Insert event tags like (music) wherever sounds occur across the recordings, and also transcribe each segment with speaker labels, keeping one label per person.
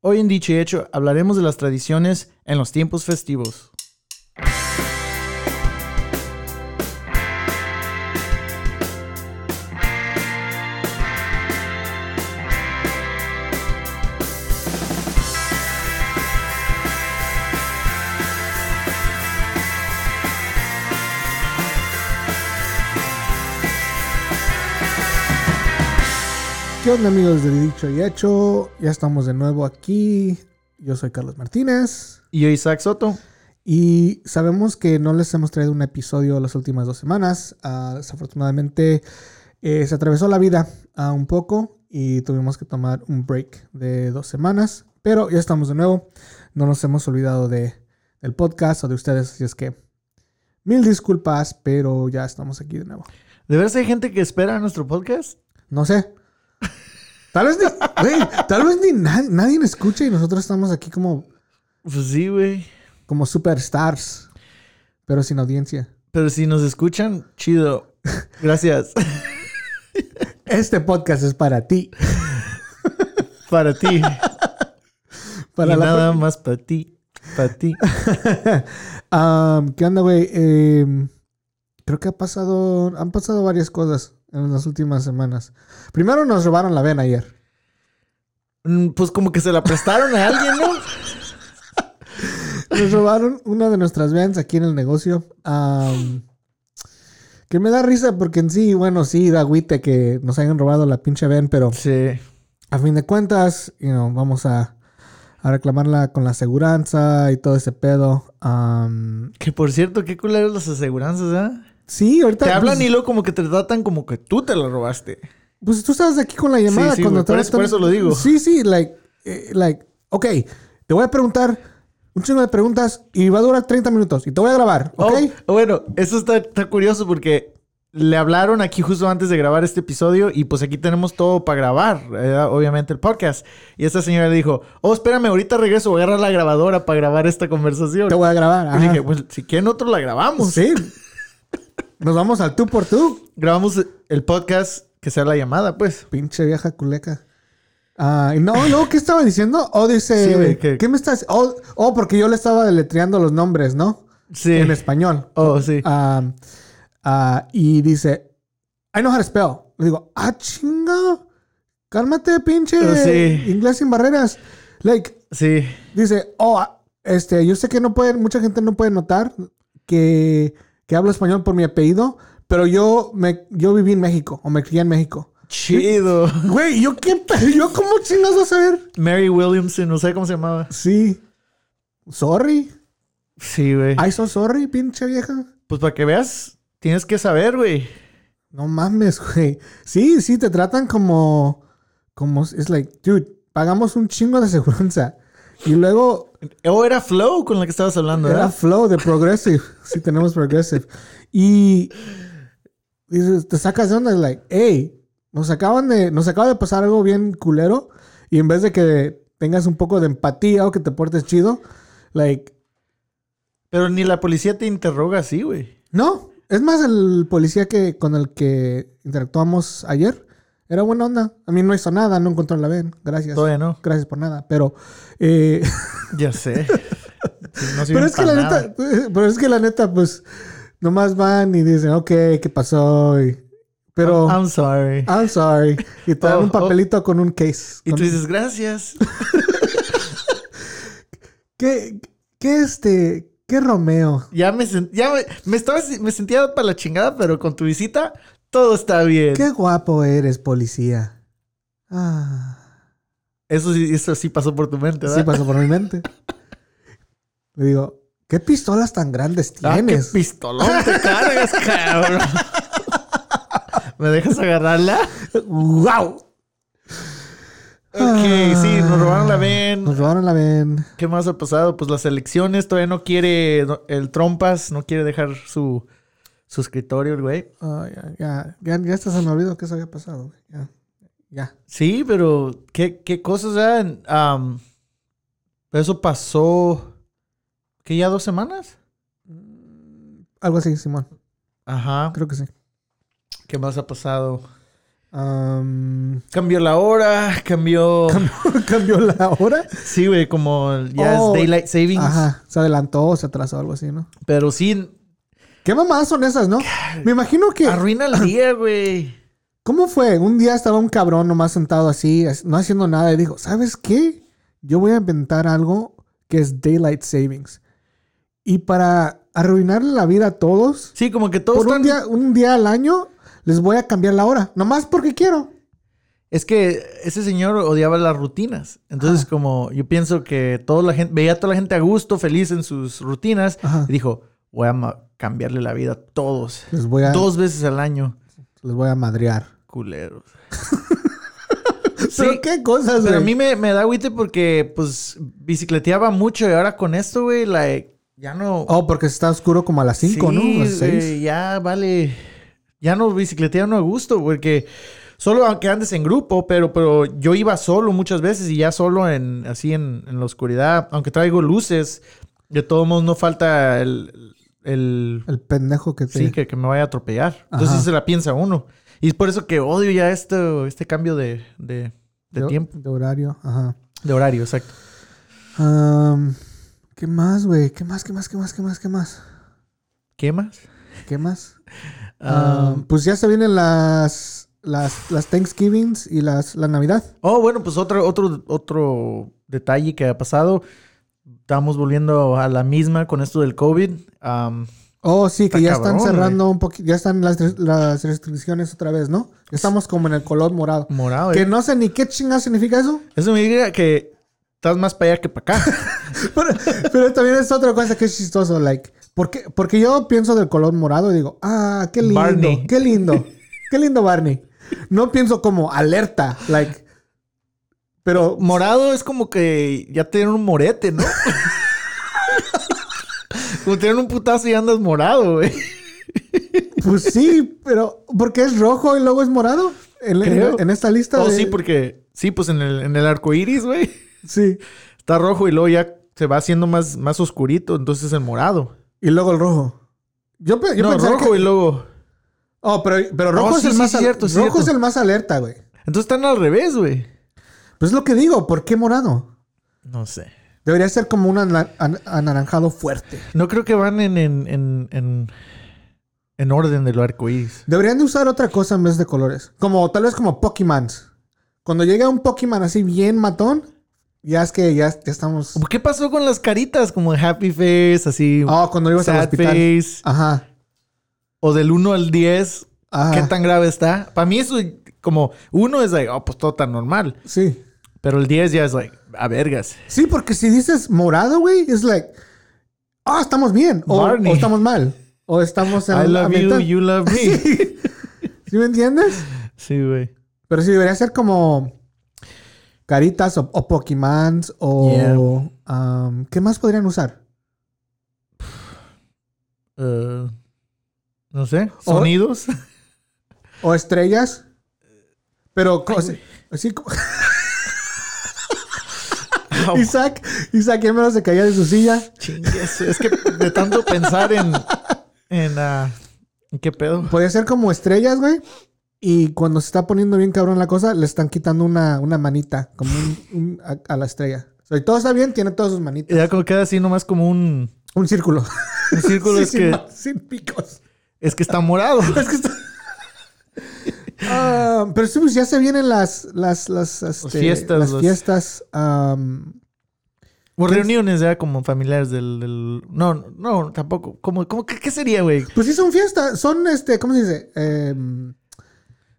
Speaker 1: Hoy en Dicho y Hecho hablaremos de las tradiciones en los tiempos festivos.
Speaker 2: ¿Qué onda amigos de Dicho y Hecho? Ya estamos de nuevo aquí. Yo soy Carlos Martínez
Speaker 1: Y yo, Isaac Soto.
Speaker 2: y sabemos que no les hemos traído un episodio las últimas dos semanas. Ah, desafortunadamente eh, se atravesó la vida ah, un poco y tuvimos que tomar un break de dos semanas, pero ya estamos de nuevo. No nos hemos olvidado de, del podcast o de ustedes, así es que mil disculpas, pero ya estamos aquí de nuevo.
Speaker 1: ¿De veras hay gente que espera nuestro podcast?
Speaker 2: No sé. Tal vez ni, güey, tal vez ni na- nadie nos escucha y nosotros estamos aquí como,
Speaker 1: Pues sí, güey.
Speaker 2: como superstars, pero sin audiencia.
Speaker 1: Pero si nos escuchan, chido. Gracias.
Speaker 2: Este podcast es para ti.
Speaker 1: (laughs) Para ti.
Speaker 2: Para
Speaker 1: y
Speaker 2: la
Speaker 1: nada más para ti. Para ti.
Speaker 2: Am, ¿Qué onda, güey? Em, creo que ha pasado, han pasado varias cosas en las últimas semanas. Primero nos robaron la vena ayer.
Speaker 1: Mm, Pues como que se la prestaron a alguien, ¿no?
Speaker 2: Nos robaron una de nuestras vans aquí en el negocio. Am, que me da risa porque en sí, bueno, sí, da agüite que nos hayan robado la pinche van, pero
Speaker 1: Sí.
Speaker 2: a fin de cuentas, you know, vamos a, a reclamarla con la aseguranza y todo ese pedo. Am,
Speaker 1: Que por cierto, qué culeros las aseguranzas, ¿ah?
Speaker 2: sí, ahorita.
Speaker 1: Te hablan
Speaker 2: pues,
Speaker 1: y luego como que te tratan como que tú te la robaste.
Speaker 2: Pues tú estabas aquí con la llamada
Speaker 1: Sí, sí,
Speaker 2: cuando
Speaker 1: güey, por eso- por eso lo digo.
Speaker 2: Sí, sí, like, eh, like, ok, te voy a preguntar un chingo de preguntas y va a durar 30 minutos y te voy a grabar, ¿ok?
Speaker 1: Oh, bueno, eso está, está curioso porque le hablaron aquí justo antes de grabar este episodio y pues aquí tenemos todo para grabar, eh, obviamente el podcast. Y esta señora le dijo, oh, espérame, ahorita regreso, voy a agarrar la grabadora para grabar esta conversación.
Speaker 2: Te voy a grabar.
Speaker 1: Oh. Y
Speaker 2: ajá.
Speaker 1: dije, pues si quieren otro la grabamos. (laughs)
Speaker 2: sí. Nos vamos al tú por tú.
Speaker 1: Grabamos el podcast que sea la llamada, pues.
Speaker 2: Pinche vieja culeca. Ah, y no, luego, ¿qué estaba diciendo? Oh, dice,
Speaker 1: Sí, güey, que-
Speaker 2: ¿qué me estás? Oh, oh, porque yo le estaba deletreando los nombres, ¿no?
Speaker 1: Sí.
Speaker 2: En español.
Speaker 1: Oh, sí.
Speaker 2: Ah, ah, y dice, I know how to spell. Le digo, ah, chinga. Cálmate, pinche.
Speaker 1: Oh, sí.
Speaker 2: Inglés sin barreras. Like,
Speaker 1: Sí.
Speaker 2: dice, oh, ah, este, yo sé que no pueden, mucha gente no puede notar que, que hablo español por mi apellido, pero yo me, yo viví en México o me crié en México.
Speaker 1: Chido.
Speaker 2: Güey, yo qué, pe- (laughs) yo cómo chingas vas a ver.
Speaker 1: Mary Williamson, no sé cómo se llamaba.
Speaker 2: Sí. Sorry.
Speaker 1: Sí, güey.
Speaker 2: I so sorry, pinche vieja.
Speaker 1: Pues para que veas, tienes que saber, güey.
Speaker 2: No mames, (laughs) güey. Sí, sí, te tratan como. Como. Es like, dude, pagamos un chingo de aseguranza. Y luego
Speaker 1: O era Flow con la que estabas hablando,
Speaker 2: era
Speaker 1: ¿verdad?
Speaker 2: flow de (laughs) Progressive. sí, tenemos Progressive. Y. dices, te sacas de onda, like, hey, nos acaban de. Nos acaba de pasar algo bien culero. Y en vez de que tengas un poco de empatía o que te portes chido, like,
Speaker 1: Pero ni la policía te interroga así, güey.
Speaker 2: No, es más el policía que con el que interactuamos ayer. Era buena onda. A mí no hizo nada, no encontró la ven. Gracias.
Speaker 1: Todavía no.
Speaker 2: Gracias por nada. Pero, eh, (laughs)
Speaker 1: Ya sé. No sirven
Speaker 2: pero es que la
Speaker 1: pa' nada.
Speaker 2: neta, (laughs) pero es que la neta, pues, nomás van y dicen, ok, ¿qué pasó? Y- pero, I'm,
Speaker 1: I'm sorry.
Speaker 2: sorry. Y te
Speaker 1: (laughs)
Speaker 2: dan
Speaker 1: Oh,
Speaker 2: un
Speaker 1: oh.
Speaker 2: papelito con un case.
Speaker 1: Y
Speaker 2: Con-
Speaker 1: tú dices, gracias.
Speaker 2: ¿Qué, qué este, qué Romeo?
Speaker 1: Ya me, sen- ya me, me estaba, me sentía para la chingada, pero con tu visita todo está bien.
Speaker 2: Qué guapo eres, policía. Ah.
Speaker 1: Eso sí, eso sí pasó por tu mente,
Speaker 2: Sí,
Speaker 1: ¿verdad?
Speaker 2: pasó por mi mente. Le digo, ¿qué pistolas tan grandes
Speaker 1: Ah, qué
Speaker 2: tienes?
Speaker 1: pistolón
Speaker 2: (laughs)
Speaker 1: te cargas, cabrón. ¿Me dejas agarrarla?
Speaker 2: ¡Wow!
Speaker 1: Ok, sí, nos robaron la ven.
Speaker 2: Ah, Nos robaron la ven.
Speaker 1: ¿Qué más ha pasado? Pues las elecciones todavía no quiere no- el Trompas, no quiere dejar su, su escritorio, el güey.
Speaker 2: Ay, ya, ya, ya, ya hasta se me olvidó que eso había pasado. güey. Ya. ya.
Speaker 1: Sí, pero qué, qué cosas dan. Am, eso pasó. ¿Qué ya dos semanas?
Speaker 2: Algo así, Simón.
Speaker 1: Ajá.
Speaker 2: Creo que sí.
Speaker 1: ¿Qué más ha pasado?
Speaker 2: Am, (laughs)
Speaker 1: Cambió la hora, (laughs) cambió.
Speaker 2: ¿Cambió la hora?
Speaker 1: Sí, güey, como ya
Speaker 2: Oh,
Speaker 1: es Daylight Savings.
Speaker 2: Ajá, se adelantó o se atrasó algo así, ¿no?
Speaker 1: Pero sí,
Speaker 2: ¿Qué mamadas son esas, no? Me imagino que...
Speaker 1: arruina el día, güey.
Speaker 2: ¿Cómo fue? Un día estaba un cabrón nomás sentado así, as- no haciendo nada, y dijo, ¿sabes qué? Yo voy a inventar algo que es Daylight Savings. Y para arruinarle la vida a todos,
Speaker 1: Sí, como que todos
Speaker 2: por
Speaker 1: están.
Speaker 2: un día, un día al año, les voy a cambiar la hora. Nomás porque quiero.
Speaker 1: Es que ese señor odiaba las rutinas. Entonces,
Speaker 2: Ah.
Speaker 1: como yo pienso que toda la gente, veía a toda la gente a gusto, feliz en sus rutinas,
Speaker 2: Ajá.
Speaker 1: y dijo, voy a ma- cambiarle la vida a todos.
Speaker 2: Les voy a,
Speaker 1: Dos veces al año.
Speaker 2: les voy a madrear. (laughs)
Speaker 1: Culeros.
Speaker 2: Pero qué cosas,
Speaker 1: Pero a
Speaker 2: güey?
Speaker 1: mí me, me da agüite porque, pues, bicicleteaba mucho y ahora con esto, güey, like, ya no.
Speaker 2: Oh, porque está oscuro como a las 5,
Speaker 1: Sí,
Speaker 2: ¿no? A las
Speaker 1: güey,
Speaker 2: 6.
Speaker 1: ya vale. Ya no bicicletea no a gusto, porque solo aunque andes en grupo, pero, pero yo iba solo muchas veces y ya solo en así en, en la oscuridad, aunque traigo luces, de todos modos no falta el, el
Speaker 2: El pendejo que te...
Speaker 1: sí, que, que me vaya a atropellar. Entonces
Speaker 2: Ajá.
Speaker 1: se la piensa uno. Y es por eso que odio ya esto, este cambio de, de, de tiempo,
Speaker 2: De horario, ajá.
Speaker 1: de horario, exacto.
Speaker 2: Am, ¿Qué más, güey? ¿Qué más, qué más, qué más, qué más, qué más?
Speaker 1: ¿Qué más?
Speaker 2: ¿Qué más?
Speaker 1: Ah,
Speaker 2: Um, pues ya se vienen las, las, las Thanksgivings y las, la Navidad.
Speaker 1: Oh, bueno, pues otro, otro, otro detalle que ha pasado. Estamos volviendo a la misma con esto del COVID. Am,
Speaker 2: Oh, sí,
Speaker 1: Está
Speaker 2: que ya
Speaker 1: cabrón,
Speaker 2: están cerrando un poquito, ya están las, res- las restricciones otra vez, ¿no? Ya estamos como en el color morado.
Speaker 1: morado.
Speaker 2: Que
Speaker 1: eh.
Speaker 2: no sé ni qué chingada significa eso. (laughs)
Speaker 1: Eso me diga que estás más para allá que para acá.
Speaker 2: Pero, pero también es otra cosa que es chistoso, like, porque, porque yo pienso del color morado y digo, ah, qué lindo,
Speaker 1: Barney.
Speaker 2: qué lindo, qué lindo Barney. No pienso como alerta, like, pero
Speaker 1: Morado es como que ya tienen un morete, ¿no? como tienen un putazo y andas morado, güey.
Speaker 2: Pues sí, pero porque es rojo y luego es morado. En, en-
Speaker 1: Creo.
Speaker 2: en esta lista.
Speaker 1: Oh,
Speaker 2: de-
Speaker 1: sí, porque. Sí, pues en el, en el arco iris, güey.
Speaker 2: sí.
Speaker 1: Está rojo y luego ya se va haciendo más, más oscurito. Entonces el morado.
Speaker 2: Y luego el rojo. Yo, pe- yo
Speaker 1: no,
Speaker 2: pensaba
Speaker 1: rojo
Speaker 2: que-
Speaker 1: y luego.
Speaker 2: Oh, pero, pero rojo
Speaker 1: Oh,
Speaker 2: es
Speaker 1: sí,
Speaker 2: el
Speaker 1: sí,
Speaker 2: más al-
Speaker 1: cierto,
Speaker 2: Rojo
Speaker 1: cierto.
Speaker 2: es el más alerta, güey.
Speaker 1: Entonces están al revés, güey.
Speaker 2: Pues es lo que digo, ¿por qué morado?
Speaker 1: No sé.
Speaker 2: Debería ser como un ana- an- anaranjado fuerte.
Speaker 1: No creo que van en, en, en, en, en orden de lo arcoíris.
Speaker 2: Deberían de usar otra cosa en vez de colores. Como tal vez como Pokémon. Cuando llega un Pokémon así bien matón, ya es que ya, ya estamos.
Speaker 1: ¿Qué pasó con las caritas? Como de Happy Face, así.
Speaker 2: Oh, cuando ibas al
Speaker 1: sad
Speaker 2: hospital.
Speaker 1: Face.
Speaker 2: Ajá.
Speaker 1: O del 1 al 10.
Speaker 2: Ajá.
Speaker 1: ¿Qué tan grave está? Para mí eso, como, uno es like, oh, pues todo tan normal.
Speaker 2: Sí.
Speaker 1: Pero el 10 ya es like, a vergas.
Speaker 2: Sí, porque si dices morado, güey, es like, ah, estamos bien, o,
Speaker 1: Barney.
Speaker 2: o estamos mal, o estamos en
Speaker 1: I love you,
Speaker 2: ambiental.
Speaker 1: you love me.
Speaker 2: Sí. ¿Sí me entiendes?
Speaker 1: (laughs) Sí, güey.
Speaker 2: Pero sí, debería ser como caritas o, o Pokémons o...
Speaker 1: Yeah.
Speaker 2: um, ¿Qué más podrían usar?
Speaker 1: Eh, no sé.
Speaker 2: O-
Speaker 1: Sonidos.
Speaker 2: (laughs) ¿O estrellas? Pero... co-
Speaker 1: Ay, güey.
Speaker 2: así como-
Speaker 1: Ah,
Speaker 2: (laughs) Isaac, Isaac ya menos se caía de su silla.
Speaker 1: Chingues, es que de tanto pensar en. en ah, ¿en ¿Qué pedo?
Speaker 2: Podría ser como estrellas, güey. Y cuando se está poniendo bien cabrón la cosa, le están quitando una, una manita, como un, un- a, a la estrella. O sea, y todo está bien, tiene todas sus manitas.
Speaker 1: Ya como queda así nomás como un,
Speaker 2: Un (laughs) círculo.
Speaker 1: un círculo.
Speaker 2: Sí,
Speaker 1: es,
Speaker 2: sin,
Speaker 1: que,
Speaker 2: ma- sin picos.
Speaker 1: es que está morado.
Speaker 2: (laughs) Es que está- Ah, pero sí, pues ya se vienen las, las, las, este,
Speaker 1: fiestas,
Speaker 2: las
Speaker 1: los-
Speaker 2: fiestas. am,
Speaker 1: O reuniones ya como familiares del... del- no, no, tampoco. ¿Cómo, cómo, qué, qué sería, güey?
Speaker 2: pues sí, son fiestas. Son, este, ¿cómo se dice? Em, pues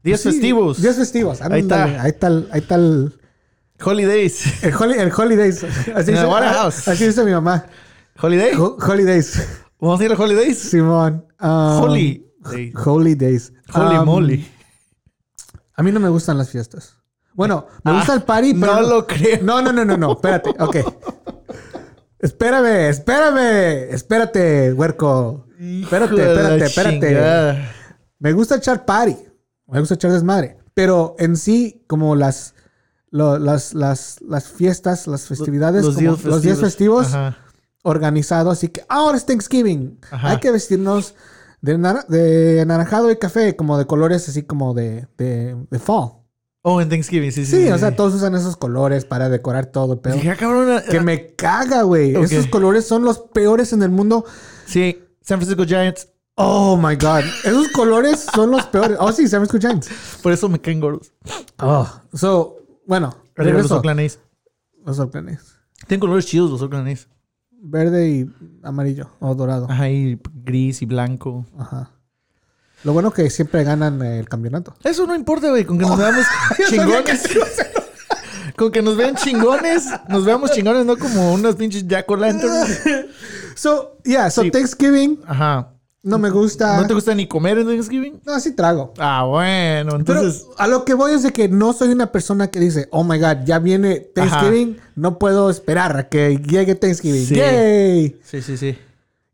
Speaker 1: Días
Speaker 2: sí,
Speaker 1: festivos.
Speaker 2: Días festivos.
Speaker 1: Ahí está.
Speaker 2: ándale, Ahí está. el- Ahí está el,
Speaker 1: Holidays. (laughs)
Speaker 2: el, holi- el holidays. (laughs) Así,
Speaker 1: En
Speaker 2: dice,
Speaker 1: la warehouse.
Speaker 2: así dice mi mamá.
Speaker 1: ¿Holiday?
Speaker 2: Ho- Holidays.
Speaker 1: ¿Vamos a ir a holidays?
Speaker 2: Simón. um,
Speaker 1: Holy.
Speaker 2: Holy days.
Speaker 1: Holy
Speaker 2: Um,
Speaker 1: moly.
Speaker 2: A mí no me gustan las fiestas. Bueno, me gusta el party, pero.
Speaker 1: Ah, no lo creo.
Speaker 2: No, no, no, no, no. Espérate, ok. Espérame, espérame, espérate, huerco. Espérate,
Speaker 1: Hijo de la
Speaker 2: espérate, espérate.
Speaker 1: chingada.
Speaker 2: Me gusta echar party. Me gusta echar desmadre. Pero en sí, como las. lo- las, las, las fiestas, las festividades, como los días festivos,
Speaker 1: Ajá.
Speaker 2: organizado, así que ahora es Thanksgiving.
Speaker 1: Ajá.
Speaker 2: Hay que vestirnos De, nar- de anaranjado y café, como de colores así como de, de, de fall.
Speaker 1: Oh, en Thanksgiving, sí, sí.
Speaker 2: Sí, o sea, todos usan esos colores para decorar todo, pero...
Speaker 1: Dije, ah, cabrón. ah,
Speaker 2: Que me caga, güey.
Speaker 1: Ok.
Speaker 2: Esos colores son los peores en el mundo.
Speaker 1: Sí, San Francisco Giants.
Speaker 2: Oh my God. Esos colores son los peores. Oh, sí, San Francisco Giants.
Speaker 1: Por eso me caen gordos.
Speaker 2: Oh. So, bueno,
Speaker 1: Regreso. Los
Speaker 2: regreso.
Speaker 1: Oakland A's.
Speaker 2: Los Oakland A's.
Speaker 1: Tienen colores chidos los Oakland A's.
Speaker 2: Verde y amarillo o dorado.
Speaker 1: Ajá, y gris y blanco.
Speaker 2: Ajá. Lo bueno que siempre ganan el campeonato.
Speaker 1: Eso no importa, güey. Con
Speaker 2: (laughs)
Speaker 1: que nos veamos chingones. Con que nos vean chingones. Nos veamos chingones, no como unos pinches Jack O'Lanterns.
Speaker 2: (laughs) So, yeah, so
Speaker 1: Sí.
Speaker 2: Thanksgiving
Speaker 1: Ajá.
Speaker 2: no me gusta.
Speaker 1: ¿No
Speaker 2: No,
Speaker 1: te gusta ni comer en Thanksgiving?
Speaker 2: sí trago.
Speaker 1: Ah, bueno.
Speaker 2: Pero
Speaker 1: Entonces,
Speaker 2: a lo que voy es de que no soy una persona que dice, oh my God, ya viene Thanksgiving, no puedo esperar a que llegue Thanksgiving.
Speaker 1: Sí.
Speaker 2: Yay.
Speaker 1: sí, sí, sí.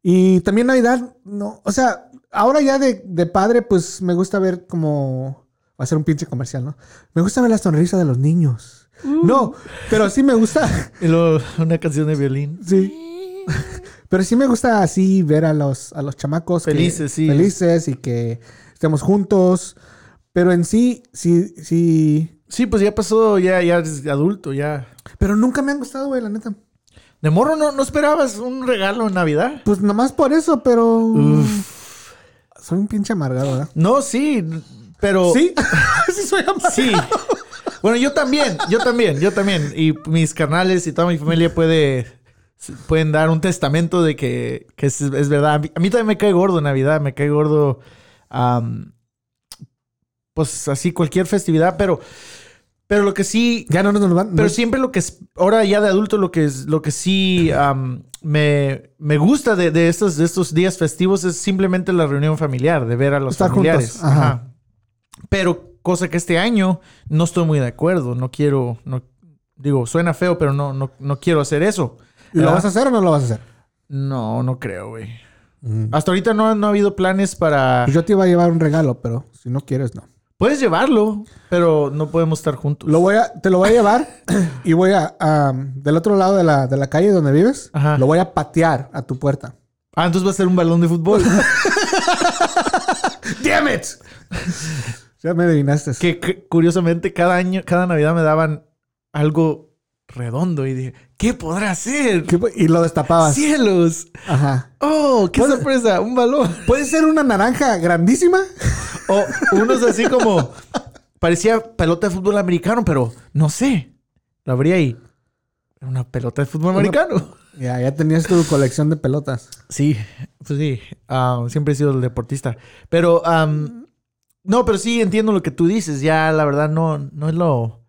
Speaker 2: Y también Navidad, no. O sea, ahora ya de, de padre, pues me gusta ver como. Va a ser un pinche comercial, ¿no? Me gusta ver la sonrisa de los niños.
Speaker 1: Uh.
Speaker 2: No, pero sí me gusta.
Speaker 1: Y luego una canción de violín.
Speaker 2: Sí. (laughs) Pero sí me gusta así ver a los, a los chamacos. que-
Speaker 1: Felices, sí.
Speaker 2: Felices y que estemos juntos. Pero en sí, sí, sí.
Speaker 1: Sí, pues ya pasó, ya, ya eres adulto, ya.
Speaker 2: Pero nunca me han gustado, güey, la neta.
Speaker 1: De morro no, no esperabas un regalo en Navidad.
Speaker 2: Pues nomás por eso, pero. Soy un pinche amargado, ¿verdad?
Speaker 1: No, sí, pero.
Speaker 2: Sí, (laughs) sí soy amargado.
Speaker 1: Sí. Bueno, yo también, yo también, yo también. Y mis canales y toda mi familia puede, pueden dar un testamento de que, que es, es verdad. A mí, a mí también me cae gordo Navidad, me cae gordo. am, pues así, cualquier festividad, pero. Pero lo que sí.
Speaker 2: Ya no nos van.
Speaker 1: Pero siempre lo que es, ahora ya de adulto, lo que es, lo que sí am, me, me gusta de, de estos, de estos días festivos es simplemente la reunión familiar, de ver a los
Speaker 2: Estar
Speaker 1: familiares.
Speaker 2: juntos, ajá.
Speaker 1: Ajá. Pero cosa que este año no estoy muy de acuerdo. No quiero, no, digo, suena feo, pero no, no, no quiero hacer eso.
Speaker 2: ¿Lo
Speaker 1: ¿verdad?
Speaker 2: vas a hacer o no lo vas a hacer?
Speaker 1: No, no creo, güey. Hasta ahorita no, no ha habido planes para.
Speaker 2: Pues Mm. Yo te iba a llevar un regalo, pero si no quieres, no.
Speaker 1: Puedes llevarlo, pero no podemos estar juntos.
Speaker 2: Lo voy a, te lo voy a llevar (coughs) y voy a, am, del otro lado de la, de la calle donde vives,
Speaker 1: Ajá.
Speaker 2: lo voy a patear a tu puerta.
Speaker 1: Ah, entonces va a ser un balón de
Speaker 2: (laughs)
Speaker 1: fútbol.
Speaker 2: ¡Damn it! ya me adivinaste.
Speaker 1: que cu- curiosamente cada año, cada Navidad me daban algo redondo y dije, ¿qué podrá ser?
Speaker 2: ¿Qué fue? Y lo destapabas.
Speaker 1: ¡Cielos!
Speaker 2: Ajá.
Speaker 1: ¡Oh, qué
Speaker 2: Bueno.
Speaker 1: sorpresa! Un balón.
Speaker 2: Puede ser una naranja grandísima.
Speaker 1: O unos así como, parecía pelota de fútbol americano, pero no sé. Lo habría ahí. Era una pelota de fútbol americano.
Speaker 2: Ya, ya tenías tu colección de pelotas.
Speaker 1: Sí, pues sí. ah, siempre he sido el deportista. Pero, am, no, pero sí entiendo lo que tú dices. Ya, la verdad, no, no es lo...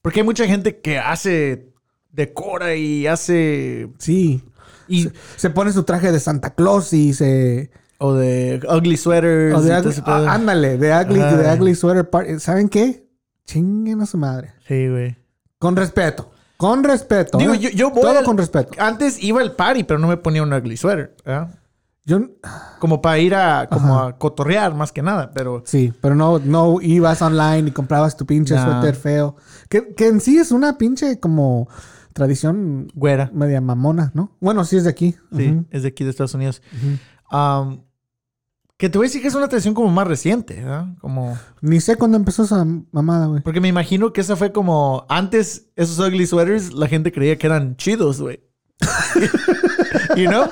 Speaker 1: Porque hay mucha gente que hace, decora y hace
Speaker 2: Sí.
Speaker 1: Y,
Speaker 2: Se pone su traje de Santa Claus y se...
Speaker 1: o de ugly sweaters.
Speaker 2: O de
Speaker 1: y todo
Speaker 2: ugly-
Speaker 1: ese pedo.
Speaker 2: ah, ándale, de ugly,
Speaker 1: Ajá.
Speaker 2: de ugly sweater party. ¿Saben qué? Chinguen a su madre.
Speaker 1: sí, güey.
Speaker 2: Con respeto. Con respeto.
Speaker 1: Digo,
Speaker 2: ¿eh?
Speaker 1: yo, yo voy
Speaker 2: Todo
Speaker 1: al-
Speaker 2: con respeto.
Speaker 1: Antes iba al party, pero no me ponía un ugly sweater. ¿verdad?
Speaker 2: Yo,
Speaker 1: Como para ir a, como a cotorrear más que nada, pero...
Speaker 2: sí, pero no, no ibas online y comprabas tu pinche
Speaker 1: Nah.
Speaker 2: suéter feo. Que, que en sí es una pinche como tradición
Speaker 1: Güera.
Speaker 2: media mamona, ¿no? Bueno, sí es de aquí.
Speaker 1: Sí,
Speaker 2: Ujú.
Speaker 1: es de aquí de Estados Unidos. Am, que te voy a decir que es una tradición como más reciente, ¿verdad? Como...
Speaker 2: Ni sé cuándo empezó esa mamada, güey.
Speaker 1: Porque me imagino que esa fue como... Antes, esos ugly sweaters, la gente creía que eran chidos, güey. (laughs) you know?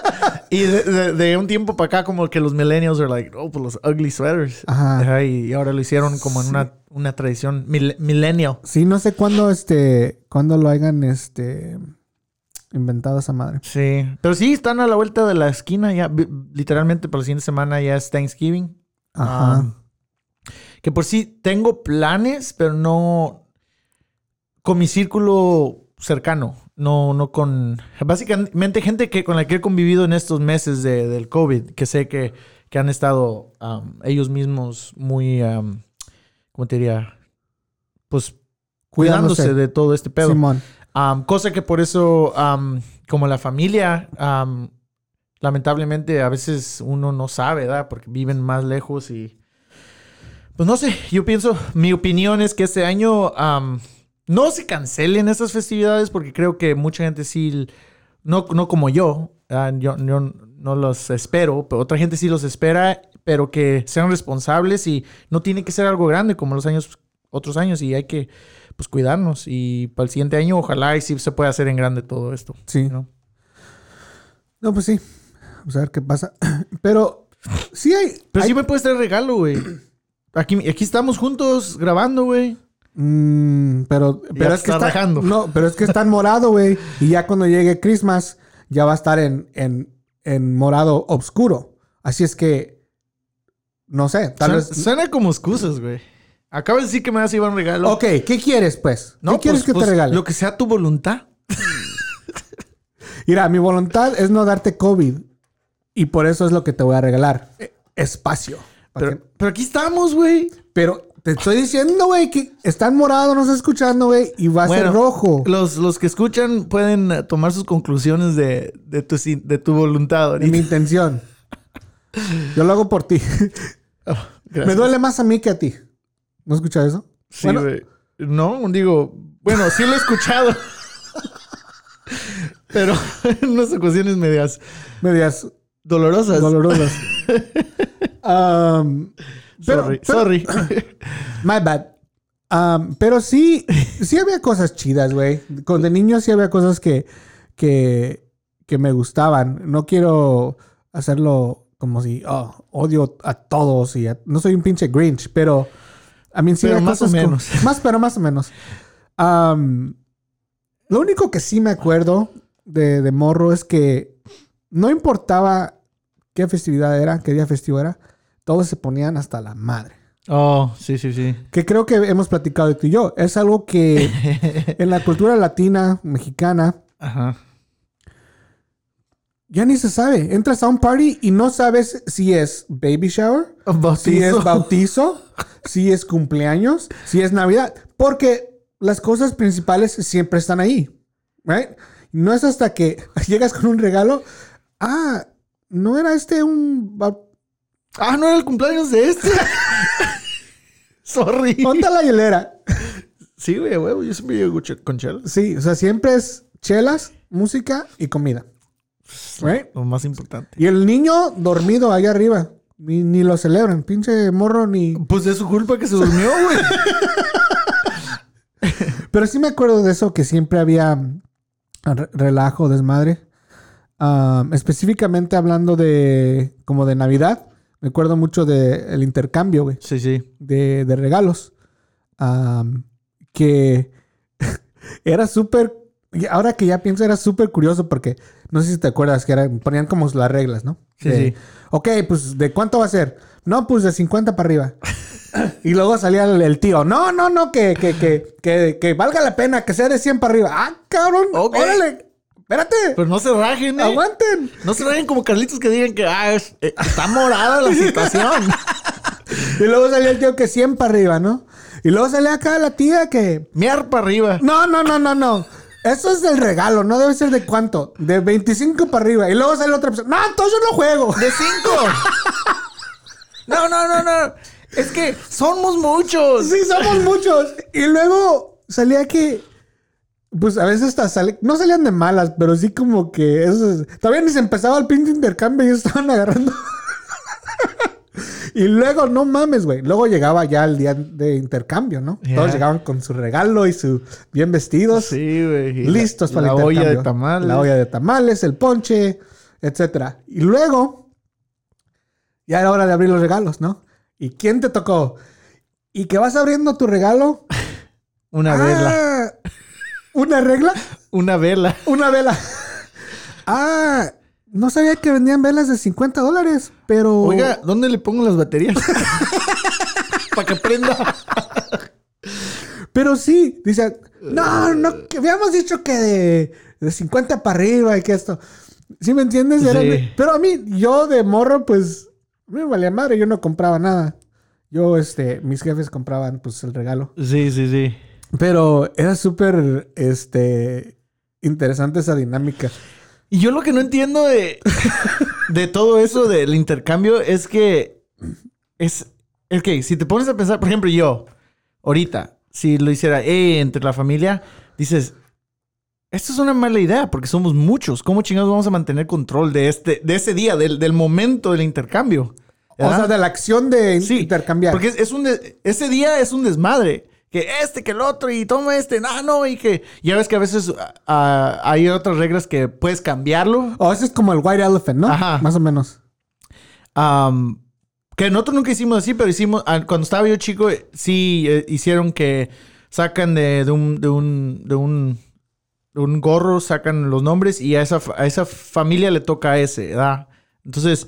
Speaker 1: Y de, de- de un tiempo para acá, como que los millennials are like, oh, pues los ugly sweaters.
Speaker 2: Ajá.
Speaker 1: Ajá, y ahora lo hicieron como en una, una tradición mil- millennial.
Speaker 2: Sí, no sé cuándo este, cuándo lo hayan este inventado esa madre.
Speaker 1: Sí. Pero sí, están a la vuelta de la esquina ya. bi- Literalmente para la siguiente semana ya es Thanksgiving.
Speaker 2: Ajá.
Speaker 1: Um, que por sí tengo planes, pero no con mi círculo cercano. No, no con. Básicamente gente que con la que he convivido en estos meses de- del COVID, que sé que, que han estado um, ellos mismos muy. um, ¿Cómo te diría? Pues cuidándose, de todo este pedo.
Speaker 2: Simón.
Speaker 1: Am, cosa que por eso, am, como la familia, am, lamentablemente a veces uno no sabe, ¿verdad? Porque viven más lejos y... Pues no sé, yo pienso, mi opinión es que este año am, no se cancelen estas festividades porque creo que mucha gente sí, no, no como yo, ah, yo, yo no los espero, pero otra gente sí los espera, pero que sean responsables y no tiene que ser algo grande como los años, otros años y hay que pues cuidarnos y para el siguiente año ojalá y sí se pueda hacer en grande todo esto.
Speaker 2: Sí.
Speaker 1: ¿no?
Speaker 2: No, pues sí. Vamos a ver qué pasa. (clears throat) Pero sí hay.
Speaker 1: Pero
Speaker 2: hay-
Speaker 1: sí me puedes traer regalo,
Speaker 2: (clears throat)
Speaker 1: güey. Aquí, aquí estamos juntos grabando, güey.
Speaker 2: Mm, pero pero
Speaker 1: te
Speaker 2: es que
Speaker 1: está
Speaker 2: está,
Speaker 1: rajando.
Speaker 2: No, pero es que está en morado, güey. Y ya cuando llegue Christmas, ya va a estar en, en, en morado oscuro. Así es que. No sé, tal
Speaker 1: Suena,
Speaker 2: vez.
Speaker 1: suena como excusas, güey. Acabas de decir que me vas a llevar un regalo.
Speaker 2: Ok, ¿qué quieres, pues?
Speaker 1: No,
Speaker 2: ¿Qué quieres
Speaker 1: pues-
Speaker 2: que
Speaker 1: pues,
Speaker 2: te regale?
Speaker 1: Lo que sea tu voluntad.
Speaker 2: Mira, mi voluntad es no darte COVID. Y por eso es lo que te voy a regalar. Eh, Espacio. Pa'
Speaker 1: Pero,
Speaker 2: que-
Speaker 1: pero aquí estamos, güey.
Speaker 2: Pero te estoy diciendo, güey, que está en morado, no está escuchando, güey, y va a
Speaker 1: Bueno,
Speaker 2: ser rojo.
Speaker 1: Los, los que escuchan pueden eh, tomar sus conclusiones de, de, tu, sin- de tu voluntad
Speaker 2: Es
Speaker 1: ahorita.
Speaker 2: mi intención. Yo lo hago por ti.
Speaker 1: Oh, gracias.
Speaker 2: Me duele más a mí que a ti. ¿No has escuchado eso?
Speaker 1: Sí,
Speaker 2: Bueno,
Speaker 1: güey. No, digo, bueno, sí lo he escuchado. (laughs) pero (laughs) en unas ocasiones medias
Speaker 2: medias
Speaker 1: dolorosas. (laughs)
Speaker 2: dolorosas. Um, pero-
Speaker 1: sorry,
Speaker 2: pero-
Speaker 1: (coughs) sorry.
Speaker 2: My bad. Um, pero sí, sí había cosas chidas, güey. Con de niño sí había cosas que, que, que me gustaban. No quiero hacerlo como si, oh, odio a todos y a- no soy un pinche Grinch, pero a mí sí
Speaker 1: Pero
Speaker 2: había
Speaker 1: más o
Speaker 2: cosas como-
Speaker 1: menos.
Speaker 2: (laughs) más, pero más o menos. Um, lo único que sí me acuerdo de, de morro es que no importaba qué festividad era, qué día festivo era, todos se ponían hasta la madre.
Speaker 1: oh, sí, sí, (laughs) sí.
Speaker 2: Que creo que hemos platicado tú y yo. Es
Speaker 1: (laughs)
Speaker 2: algo que en la cultura latina, mexicana,
Speaker 1: Ajá.
Speaker 2: ya ni se sabe. Entras a un party y no sabes si es baby shower,
Speaker 1: Bautizo.
Speaker 2: si es bautizo, si es cumpleaños, si es Navidad. Porque las cosas principales siempre están ahí. Right? No es hasta que (laughs) llegas con un regalo. Ah, no era este un. bau-
Speaker 1: Ah, no era el cumpleaños de este. (laughs) Sorry.
Speaker 2: Ponta la hielera.
Speaker 1: Sí, güey, huevo. Yo siempre llego ch- con chelas.
Speaker 2: Sí, o sea, siempre es chelas, música y comida. Right?
Speaker 1: Lo más importante.
Speaker 2: Y el niño dormido allá arriba. Ni, ni lo celebran. Pinche morro ni...
Speaker 1: Pues es su culpa que se durmió, güey.
Speaker 2: Pero sí me acuerdo de eso que siempre había mm, re- relajo, desmadre. Am, específicamente hablando de... Como de Navidad. Me acuerdo mucho del el intercambio, güey.
Speaker 1: sí, sí.
Speaker 2: de, de regalos. am, que (laughs) era súper. y Ahora que ya pienso, era súper curioso porque no sé si te acuerdas que era- ponían como las reglas, ¿no?
Speaker 1: Sí,
Speaker 2: De,
Speaker 1: sí.
Speaker 2: Ok, pues ¿de cuánto va a ser? No, pues de 50 para arriba. (laughs) y luego salía el, el tío. No, no, no, que, que, que, que, que valga la pena, que sea de 100 para arriba. ¡Ah, cabrón!
Speaker 1: Ok.
Speaker 2: ¡Órale! ¡Espérate!
Speaker 1: Pero no se rajen, ¿eh?
Speaker 2: ¡Aguanten!
Speaker 1: No se rajen como Carlitos que digan que ah, es- eh, está morada la situación.
Speaker 2: (laughs) Y luego salía el tío que 100 para arriba, ¿no? Y luego salía acá la tía que
Speaker 1: Miar para arriba.
Speaker 2: No, no, no, no, no. Eso es del regalo, no debe ser de cuánto. De 25 para arriba. Y luego sale otra persona. No, entonces yo no juego. (laughs)
Speaker 1: De cinco. No, no, no, no. Es que somos muchos.
Speaker 2: Sí, somos muchos. Y luego salía que. Pues a veces hasta sale, no salían de malas, pero sí como que eso es- todavía ni se empezaba el pinche intercambio y ellos estaban agarrando. (laughs) y luego, no mames, güey. Luego llegaba ya el día de intercambio, ¿no?
Speaker 1: Ya.
Speaker 2: Todos llegaban con su regalo y su bien vestidos.
Speaker 1: Sí, güey.
Speaker 2: listos para
Speaker 1: la
Speaker 2: el
Speaker 1: olla de
Speaker 2: intercambio.
Speaker 1: tamal.
Speaker 2: La olla de tamales, el ponche, etcétera. Y luego, ya era hora de abrir los regalos, ¿no? ¿Y quién te tocó? Y que vas abriendo tu regalo.
Speaker 1: Una vela.
Speaker 2: Ah, ¿Una regla?
Speaker 1: Una vela.
Speaker 2: Una vela. (laughs) Ah, no sabía que vendían velas de 50 dólares, pero.
Speaker 1: Oiga, ¿dónde le pongo las
Speaker 2: (laughs)
Speaker 1: baterías? para que prenda.
Speaker 2: Pero sí, dice,
Speaker 1: Eh.
Speaker 2: no, no, que habíamos dicho que de, de 50 para arriba y que esto. ¿Sí me entiendes? Era-
Speaker 1: Sí.
Speaker 2: Pero a mí, yo de morro, pues, me valía madre, yo no compraba nada. Yo, este, mis jefes compraban, pues, el regalo.
Speaker 1: Sí, sí, sí.
Speaker 2: Pero era súper, este, interesante esa dinámica.
Speaker 1: Y yo lo que no entiendo de, de todo eso del intercambio es que es. Es que si te pones a pensar, por ejemplo, yo, ahorita, si lo hiciera eh, entre la familia, dices. Esto es una mala idea porque somos muchos. ¿Cómo chingados vamos a mantener control de este, de ese día, del, del momento del intercambio?
Speaker 2: O
Speaker 1: ¿verdad?
Speaker 2: sea, de la acción de
Speaker 1: Sí,
Speaker 2: intercambiar.
Speaker 1: Porque es, es un des- ese día es un desmadre. Que este, que el otro, y toma este, no, no, y que. Ya ves que a veces ah, hay otras reglas que puedes cambiarlo.
Speaker 2: O eso es como el White Elephant, ¿no?
Speaker 1: Ajá.
Speaker 2: Más o menos.
Speaker 1: Am, que nosotros nunca hicimos así, pero hicimos. ah, cuando estaba yo chico, eh, sí eh, hicieron que sacan de, de un. de un. de un. de un gorro, sacan los nombres y a esa, fa- a esa familia le toca a ese, ¿verdad? Entonces,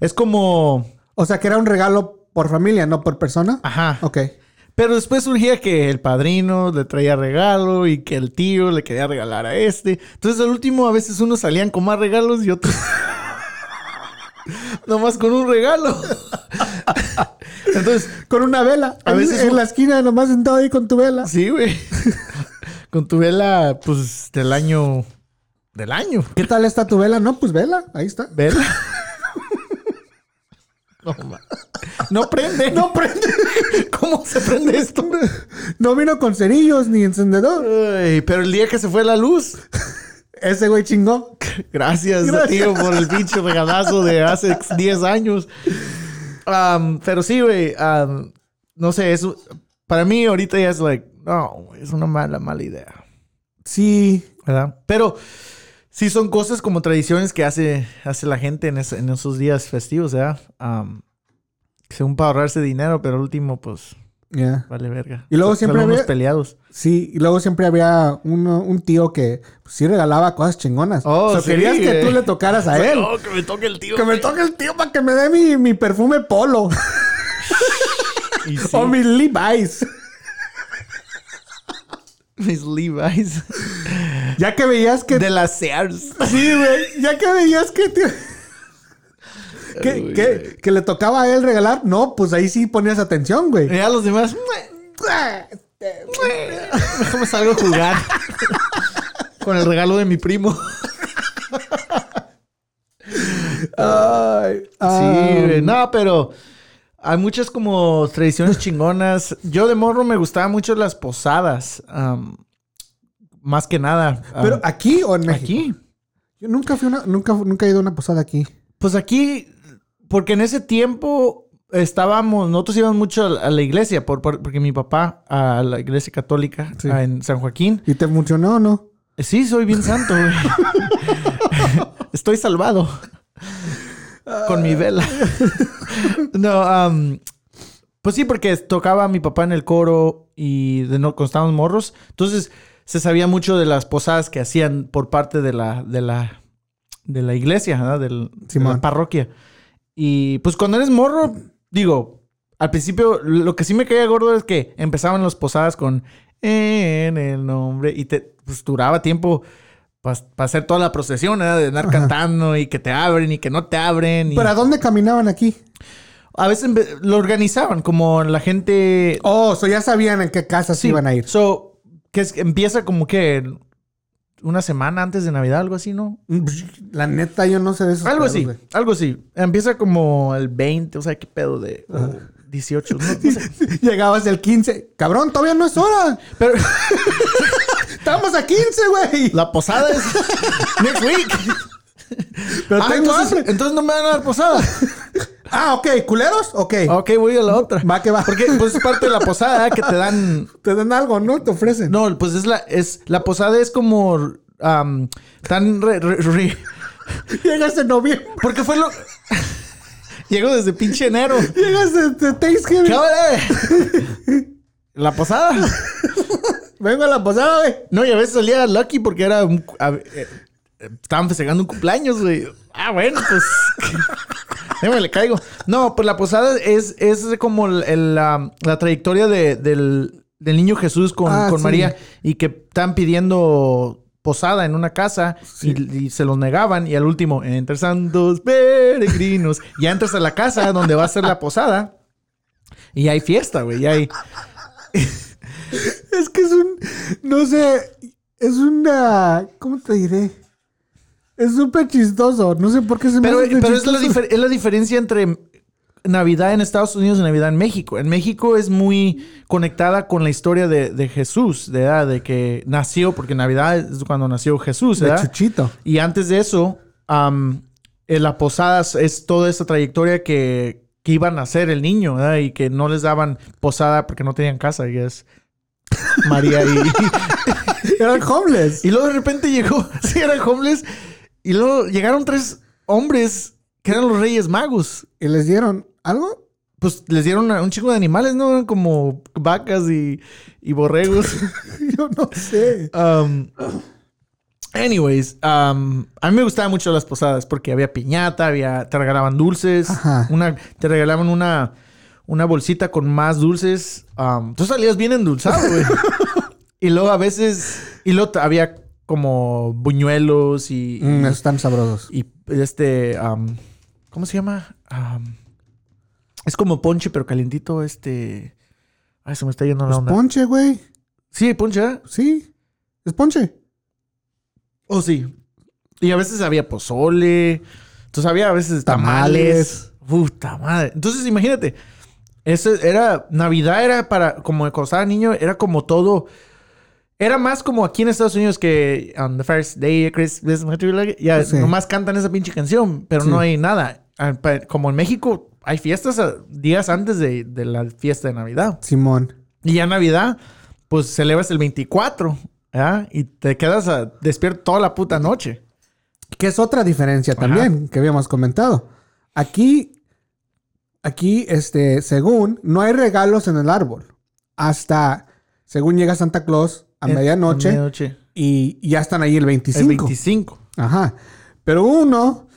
Speaker 1: es como.
Speaker 2: O sea, que era un regalo por familia, no por persona.
Speaker 1: Ajá.
Speaker 2: Ok.
Speaker 1: Pero después surgía que el padrino le traía regalo y que el tío le quería regalar a este. Entonces, al último, a veces unos salían con más regalos y otros. (laughs) Nomás con un regalo. (laughs) Entonces,
Speaker 2: Con una vela.
Speaker 1: A
Speaker 2: A veces
Speaker 1: veces
Speaker 2: en
Speaker 1: un-
Speaker 2: la esquina, nomás sentado ahí con tu vela.
Speaker 1: sí, güey. Con tu vela, pues del año. Del año.
Speaker 2: ¿Qué tal está tu vela? No, pues vela. Ahí está.
Speaker 1: Vela. (laughs) No, ma- no prende. No prende. ¿Cómo se prende esto?
Speaker 2: (laughs) No vino con cerillos ni encendedor.
Speaker 1: Ay, pero el día que se fue la luz.
Speaker 2: Ese güey chingó.
Speaker 1: Gracias,
Speaker 2: Gracias.
Speaker 1: tío, por el pinche regalazo de hace 10 años. Am, pero sí, güey. am, no sé, eso. Para mí, ahorita ya es like, no, es una mala, mala idea.
Speaker 2: Sí.
Speaker 1: ¿Verdad? Pero sí son cosas como tradiciones que hace, hace la gente en, ese- en esos días festivos, ¿verdad? Am, según para ahorrarse dinero, pero al último, pues,
Speaker 2: Ya.
Speaker 1: vale verga.
Speaker 2: Y luego
Speaker 1: Son-
Speaker 2: siempre
Speaker 1: son unos
Speaker 2: había-
Speaker 1: peleados.
Speaker 2: Sí, y luego siempre había uno, un tío que pues, sí regalaba cosas chingonas.
Speaker 1: Oh,
Speaker 2: O sea,
Speaker 1: sí,
Speaker 2: querías que
Speaker 1: güey.
Speaker 2: tú le tocaras a (laughs) él.
Speaker 1: que me toque el tío.
Speaker 2: Que me toque el tío para que me dé mi, mi perfume (laughs) polo
Speaker 1: Y sí,
Speaker 2: o mis Levi's.
Speaker 1: mis Levi's.
Speaker 2: Ya que veías que.
Speaker 1: De las Sears.
Speaker 2: Sí, güey. Ya que veías que. (laughs) te- que,
Speaker 1: Uy,
Speaker 2: que, que le tocaba a él regalar. No, pues ahí sí ponías atención, güey.
Speaker 1: Ya los demás. Mejor me salgo a jugar. Con el regalo de mi primo.
Speaker 2: Ay, ah,
Speaker 1: Sí, güey. No, pero hay muchas como tradiciones chingonas. Yo de morro me gustaban mucho las posadas. am, más que nada. am,
Speaker 2: Pero aquí o en
Speaker 1: Ah.
Speaker 2: México.
Speaker 1: aquí.
Speaker 2: Yo nunca fui a una, nunca, nunca he ido a una posada aquí.
Speaker 1: Pues aquí, porque en ese tiempo estábamos, nosotros íbamos mucho a la- a la iglesia, por, por- porque mi papá, a la iglesia católica
Speaker 2: Sí.
Speaker 1: ah, en San Joaquín,
Speaker 2: ¿Y te funcionó o no?
Speaker 1: Sí, soy bien santo. güey. (laughs) Estoy salvado. Con mi vela. No, am, pues sí, porque tocaba a mi papá en el coro y de no, cuando estábamos morros. Entonces se sabía mucho de las posadas que hacían por parte de la, de la, de la iglesia, ¿verdad? Del- de
Speaker 2: Simón.
Speaker 1: la parroquia. Y pues cuando eres morro, digo, al principio lo que sí me caía gordo es que empezaban las posadas con en el nombre y te pues, duraba tiempo para hacer toda la procesión, ¿verdad? De andar cantando y que te abren y que no te abren. y-
Speaker 2: ¿Pero a dónde caminaban aquí?
Speaker 1: a veces en vez- lo organizaban como la gente...
Speaker 2: Oh, so ya sabían en qué casas
Speaker 1: Sí.
Speaker 2: iban a ir.
Speaker 1: So, que es- empieza como que una semana antes de Navidad, algo así, ¿no?
Speaker 2: Mm, pues, La neta, yo no sé de esos.
Speaker 1: Algo
Speaker 2: pedos,
Speaker 1: así,
Speaker 2: güey.
Speaker 1: algo así. Empieza como el 20, o sea, qué pedo de... o 18, no, no sé.
Speaker 2: (laughs) Llegabas el 15. Cabrón, todavía no es hora.
Speaker 1: Pero...
Speaker 2: Estamos a 15, güey.
Speaker 1: La posada (laughs) es next week. Ah,
Speaker 2: Pero tengo
Speaker 1: entonces,
Speaker 2: hambre.
Speaker 1: entonces no me van a dar posada.
Speaker 2: Ah, ok. ¿Culeros? Ok.
Speaker 1: (laughs) ok, voy a la otra.
Speaker 2: Va que va.
Speaker 1: Oh. Porque pues es parte de la posada ¿eh? que te dan.
Speaker 2: (laughs) Te dan algo, ¿no? Te ofrecen.
Speaker 1: No, pues es la es la posada es como am, tan re- re- re- (laughs)
Speaker 2: Llegas en noviembre.
Speaker 1: porque fue lo llego desde pinche (laughs) enero.
Speaker 2: Llegas de, de Thanksgiving.
Speaker 1: ¿Qué hora es? La posada.
Speaker 2: Vengo a la posada, güey.
Speaker 1: No, y a veces salía lucky porque era un cu- a- eh, eh, estaban festejando un cumpleaños, güey. Ah, bueno, pues. (laughs) Déjame le caigo. No, pues la posada es, es como el- el, la, la trayectoria de- del, del niño Jesús con,
Speaker 2: Ah,
Speaker 1: con
Speaker 2: sí.
Speaker 1: María y que están pidiendo posada en una casa y, y se los negaban y al último, entre santos peregrinos, ya entras a la casa donde va a ser la posada y hay fiesta, güey, y hay...
Speaker 2: Es que es un. No sé. Es una. ¿Cómo te diré? Es súper chistoso. No sé por qué se
Speaker 1: Pero, eh,
Speaker 2: me hace
Speaker 1: pero es, la
Speaker 2: chistoso.
Speaker 1: difer- es la diferencia entre Navidad en Estados Unidos y Navidad en México. En México es muy conectada con la historia de, de Jesús, de, edad de que nació, porque Navidad es cuando nació Jesús,
Speaker 2: De
Speaker 1: ¿verdad?
Speaker 2: chuchito.
Speaker 1: eh, Y antes de eso, am, en la posada es- es toda esa trayectoria que, que iban a hacer el niño, ¿verdad? Y que no les daban posada porque no tenían casa, y es María y... (laughs)
Speaker 2: Eran homeless.
Speaker 1: y luego de repente llegó, (laughs) sí, eran homeless, y luego llegaron tres hombres que eran los reyes magos.
Speaker 2: ¿Y les dieron algo? (laughs)
Speaker 1: Pues les dieron a un chico de animales, ¿no? Eran como vacas y, y
Speaker 2: (laughs)
Speaker 1: borregos.
Speaker 2: Yo no sé.
Speaker 1: Um, anyways, um, a mí me gustaban mucho las posadas porque había piñata, había, te regalaban dulces,
Speaker 2: Ajá.
Speaker 1: una, te regalaban una, una bolsita con más dulces. Um, tú salías bien endulzado,
Speaker 2: (laughs)
Speaker 1: güey. y luego a veces, y luego t- había como buñuelos y, y-
Speaker 2: Mm, esos están sabrosos.
Speaker 1: y este, am, ¿cómo se llama? Am, es como ponche, pero calientito, este... Ay, se me está yendo la
Speaker 2: Es
Speaker 1: onda.
Speaker 2: ponche, güey.
Speaker 1: sí, ponche, ¿eh?
Speaker 2: Sí. Es ponche.
Speaker 1: Oh, sí. Y a veces había pozole. Entonces había a veces tamales. Puta madre. Entonces imagínate. Eso era. Navidad era para. Como cuando estaba niño, era como todo. Era más como aquí en Estados Unidos que on the first day of Christmas, ya
Speaker 2: Sí.
Speaker 1: nomás cantan esa pinche canción, pero
Speaker 2: Sí.
Speaker 1: no hay nada. Ah, pa- Como en México hay fiestas ah, días antes de, de la fiesta de Navidad.
Speaker 2: Simón.
Speaker 1: Y ya Navidad, pues celebras el 24, ¿ya? Y te quedas a- despierto toda la puta noche.
Speaker 2: Que es otra diferencia también que habíamos comentado. Aquí, aquí, este, según, no hay regalos en el árbol. Hasta, según llega Santa Claus a
Speaker 1: Eh,
Speaker 2: medianoche
Speaker 1: a medianoche.
Speaker 2: y y ya están ahí el 25.
Speaker 1: El 25.
Speaker 2: Ajá. Pero uno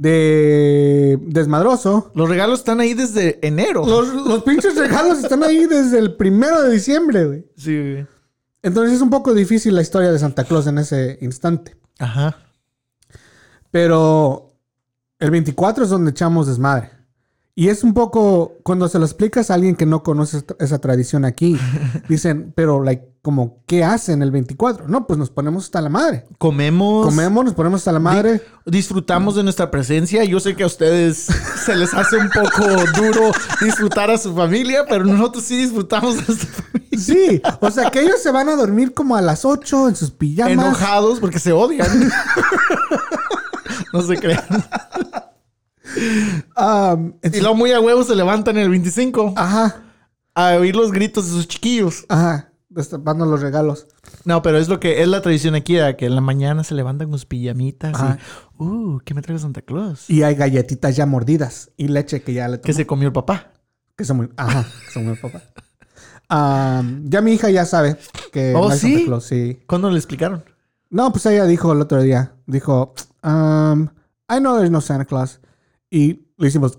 Speaker 2: de desmadroso.
Speaker 1: Los regalos están ahí desde enero.
Speaker 2: Los, los pinches regalos están ahí desde el primero de diciembre, güey.
Speaker 1: Sí, güey.
Speaker 2: Entonces es un poco difícil la historia de Santa Claus en ese instante.
Speaker 1: Ajá.
Speaker 2: Pero el 24 es donde echamos desmadre. Y es un poco, cuando se lo explicas a alguien que no conoce esta- esa tradición aquí, dicen, pero, like, como, ¿qué hacen el 24? No, pues nos ponemos hasta la madre.
Speaker 1: Comemos.
Speaker 2: Comemos, nos ponemos hasta la madre.
Speaker 1: Disfrutamos de nuestra presencia. Yo sé que a ustedes (laughs) se les hace un poco duro disfrutar a su familia, pero nosotros sí disfrutamos de nuestra familia.
Speaker 2: Sí, o sea que ellos se van a dormir como a las 8 en sus pijamas.
Speaker 1: Enojados porque se odian.
Speaker 2: (laughs)
Speaker 1: no se crean.
Speaker 2: Am, en
Speaker 1: Y
Speaker 2: sus-
Speaker 1: luego muy a huevo se levantan el 25
Speaker 2: Ajá,
Speaker 1: a oír los gritos de sus chiquillos.
Speaker 2: ajá, destapando los regalos.
Speaker 1: No, pero es lo que es la tradición aquí, ¿verdad? que en la mañana se levantan con sus pijamitas
Speaker 2: Ajá.
Speaker 1: y, uh, ¿qué me trae Santa Claus?
Speaker 2: Y hay galletitas ya mordidas y leche que ya le
Speaker 1: Que
Speaker 2: tomó.
Speaker 1: se comió el papá.
Speaker 2: Que son muy, ajá, que son muy papá. Am, ya mi hija ya sabe que
Speaker 1: Oh,
Speaker 2: hay Santa
Speaker 1: ¿sí?
Speaker 2: Claus, sí.
Speaker 1: ¿Cuándo le explicaron?
Speaker 2: No, pues ella dijo el otro día, dijo, am, I know there's no Santa Claus. Y le hicimos,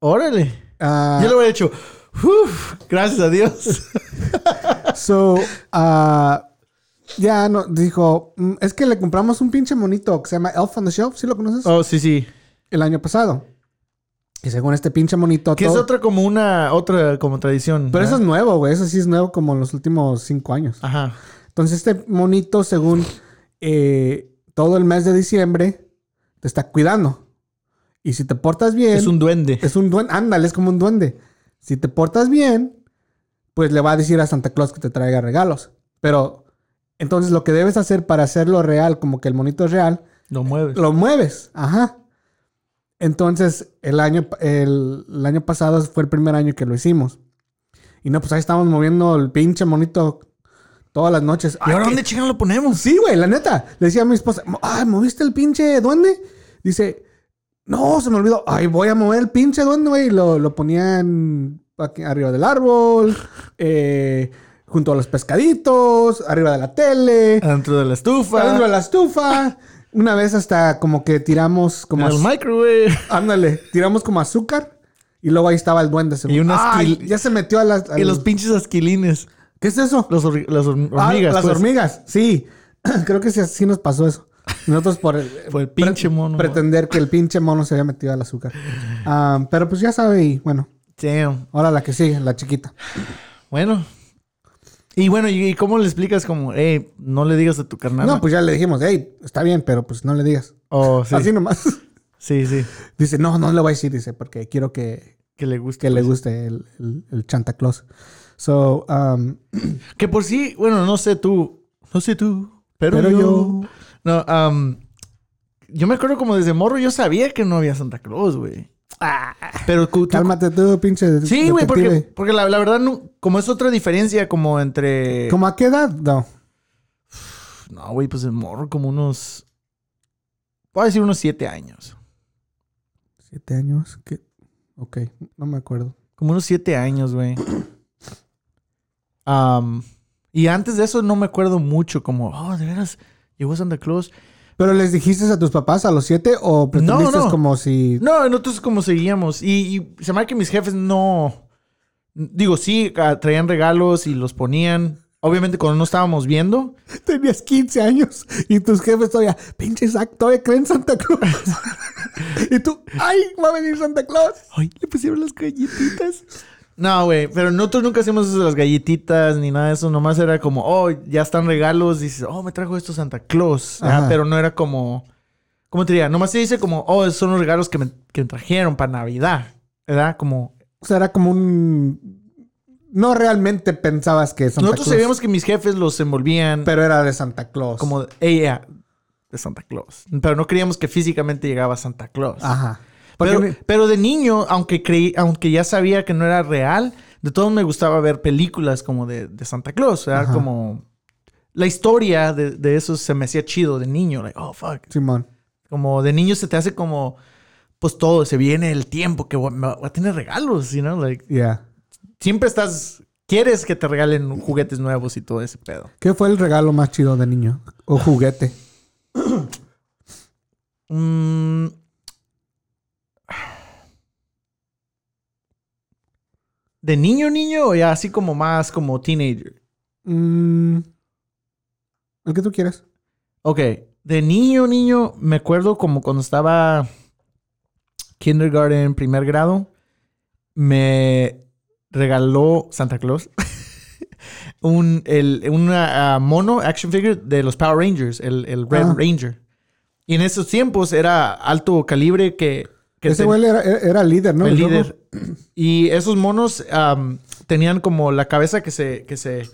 Speaker 1: Órale.
Speaker 2: ah,
Speaker 1: Yo lo hubiera hecho. "Uf, gracias a Dios.
Speaker 2: So, ah, ya no, dijo, "Mm, es que le compramos un pinche monito que se llama Elf on the Shelf, ¿sí lo conoces?
Speaker 1: (laughs) oh, sí, sí.
Speaker 2: El año pasado. Y según este pinche monito,
Speaker 1: Que es otra como una, otra como tradición.
Speaker 2: Pero eso es
Speaker 1: ¿verdad?
Speaker 2: nuevo, güey, eso sí es nuevo como en los últimos cinco años.
Speaker 1: Ajá.
Speaker 2: Entonces este monito, según eh, todo el mes de diciembre, te está cuidando. Y si te portas bien...
Speaker 1: Es un duende.
Speaker 2: Es un duende, ándale, es como un duende. Si te portas bien, pues le va a decir a Santa Claus que te traiga regalos. Pero entonces lo que debes hacer para hacerlo real, como que el monito es real,
Speaker 1: Lo mueve.
Speaker 2: lo mueves. Ajá. Entonces el año, pa- el, el año pasado fue el primer año que lo hicimos. Y no, pues ahí estamos moviendo el pinche monito todas las noches.
Speaker 1: ¿Y
Speaker 2: Ay,
Speaker 1: ahora
Speaker 2: qué-
Speaker 1: dónde chingados lo ponemos?
Speaker 2: Sí, güey, la neta. Le decía a mi esposa, "Mo- ay, ¿moviste el pinche duende? Dice, no, se me olvidó. Ay, voy a mover el pinche duende, güey. Y Lo, lo ponían aquí arriba
Speaker 1: (laughs)
Speaker 2: del árbol, eh, junto a los pescaditos, arriba de la tele,
Speaker 1: Dentro de la
Speaker 2: arriba
Speaker 1: estufa.
Speaker 2: de la estufa. Una vez hasta como que tiramos como...
Speaker 1: En el
Speaker 2: az-
Speaker 1: microwave.
Speaker 2: Ándale, tiramos como azúcar. Y luego ahí estaba el duende. según-
Speaker 1: Y unas
Speaker 2: Ay,
Speaker 1: quil-
Speaker 2: ya se metió a las... a
Speaker 1: Y los
Speaker 2: los-
Speaker 1: pinches asquilines.
Speaker 2: ¿Qué es eso?
Speaker 1: Los hor- las hor-
Speaker 2: Ah,
Speaker 1: hormigas.
Speaker 2: las
Speaker 1: pues.
Speaker 2: hormigas, sí. (clears throat) Creo que sí, así nos pasó eso. Nosotros por el,
Speaker 1: (laughs) Por el pinche mono.
Speaker 2: pretender que el pinche mono se había metido al azúcar. Ah, pero pues ya sabe y bueno,
Speaker 1: Damn.
Speaker 2: ahora la que sigue, la chiquita.
Speaker 1: Bueno. Y bueno, ¿y y cómo le explicas como, hey, no le digas a tu carnal?
Speaker 2: No, pues ya le dijimos, hey, está bien, pero pues no le digas.
Speaker 1: Oh, sí.
Speaker 2: Así nomás. (laughs)
Speaker 1: Sí, sí.
Speaker 2: Dice, no, no le voy a decir, dice, porque quiero que,
Speaker 1: Que le guste. pues.
Speaker 2: que le guste el, el, el Santa Claus. So, um,
Speaker 1: Que por sí, bueno, no sé tú, no sé tú, pero,
Speaker 2: Pero
Speaker 1: yo.
Speaker 2: yo.
Speaker 1: No, am, yo me acuerdo como desde morro yo sabía que no había Santa Claus, güey. Pero cu- tú-
Speaker 2: Cálmate tú, pinche.
Speaker 1: Sí, güey, porque,
Speaker 2: Ah. detective.
Speaker 1: porque la, la verdad, no- como es otra diferencia, como entre.
Speaker 2: ¿Cómo a qué edad? No.
Speaker 1: No, güey, pues el morro, como unos. Puedo decir unos siete años.
Speaker 2: ¿Siete años? ¿Qué? Ok, no me acuerdo.
Speaker 1: Como unos siete años, güey. Am, y antes de eso no me acuerdo mucho, como, oh, de veras, llegó Santa Claus.
Speaker 2: ¿Pero les dijiste a tus papás a los siete o pretendiste
Speaker 1: no.
Speaker 2: como si...
Speaker 1: No, nosotros como seguíamos. Y, y se me hace que mis jefes no. Digo, sí, ah, traían regalos y los ponían. Obviamente, cuando no estábamos viendo.
Speaker 2: Tenías 15 años y tus jefes todavía, pinche Isaac, todavía creen en Santa Claus.
Speaker 1: (laughs)
Speaker 2: y tú, ay, va a venir Santa Claus.
Speaker 1: Ay, le pusieron las galletitas. No, güey, pero nosotros nunca hacíamos eso de las galletitas ni nada de eso. Nomás era como, oh, ya están regalos. Dices, oh, me trajo esto Santa Claus. Ajá,
Speaker 2: Ajá.
Speaker 1: pero no era como, ¿cómo te diría? Nomás se dice como, oh, esos son los regalos que me, que me trajeron para Navidad. ¿Verdad? Como,
Speaker 2: O sea, era como un... No realmente pensabas que Santa
Speaker 1: nosotros
Speaker 2: Claus...
Speaker 1: sabíamos que mis jefes los envolvían
Speaker 2: Pero era de Santa Claus.
Speaker 1: como, ella de Santa Claus. Pero no creíamos que físicamente llegaba Santa Claus.
Speaker 2: Ajá. Porque
Speaker 1: Pero,
Speaker 2: mi-
Speaker 1: pero de niño, aunque creí, aunque ya sabía que no era real, de todos me gustaba ver películas como de, de Santa Claus. Era
Speaker 2: Ajá.
Speaker 1: como la historia de, de eso se me hacía chido de niño. Like, oh fuck.
Speaker 2: Simón.
Speaker 1: Como de niño se te hace como pues todo, se viene el tiempo que voy me va- voy a tener regalos, you know? Like,
Speaker 2: Yeah.
Speaker 1: siempre estás, quieres que te regalen juguetes nuevos y todo ese pedo.
Speaker 2: ¿Qué fue el regalo más chido de niño? O juguete.
Speaker 1: Mm. ¿De niño, niño o ya así como más como teenager?
Speaker 2: Mm, el que tú quieras.
Speaker 1: Ok, de niño, niño, me acuerdo como cuando estaba kindergarten, primer grado, me regaló Santa Claus (laughs) un el, una, ah, mono action figure de los Power Rangers, el, el Red
Speaker 2: Ah.
Speaker 1: Ranger. Y en esos tiempos era alto calibre que... que
Speaker 2: Ese
Speaker 1: ten-
Speaker 2: güey era, era- era líder, ¿no?
Speaker 1: el
Speaker 2: Luego-
Speaker 1: líder. Y esos monos am, tenían como la cabeza que se, que se,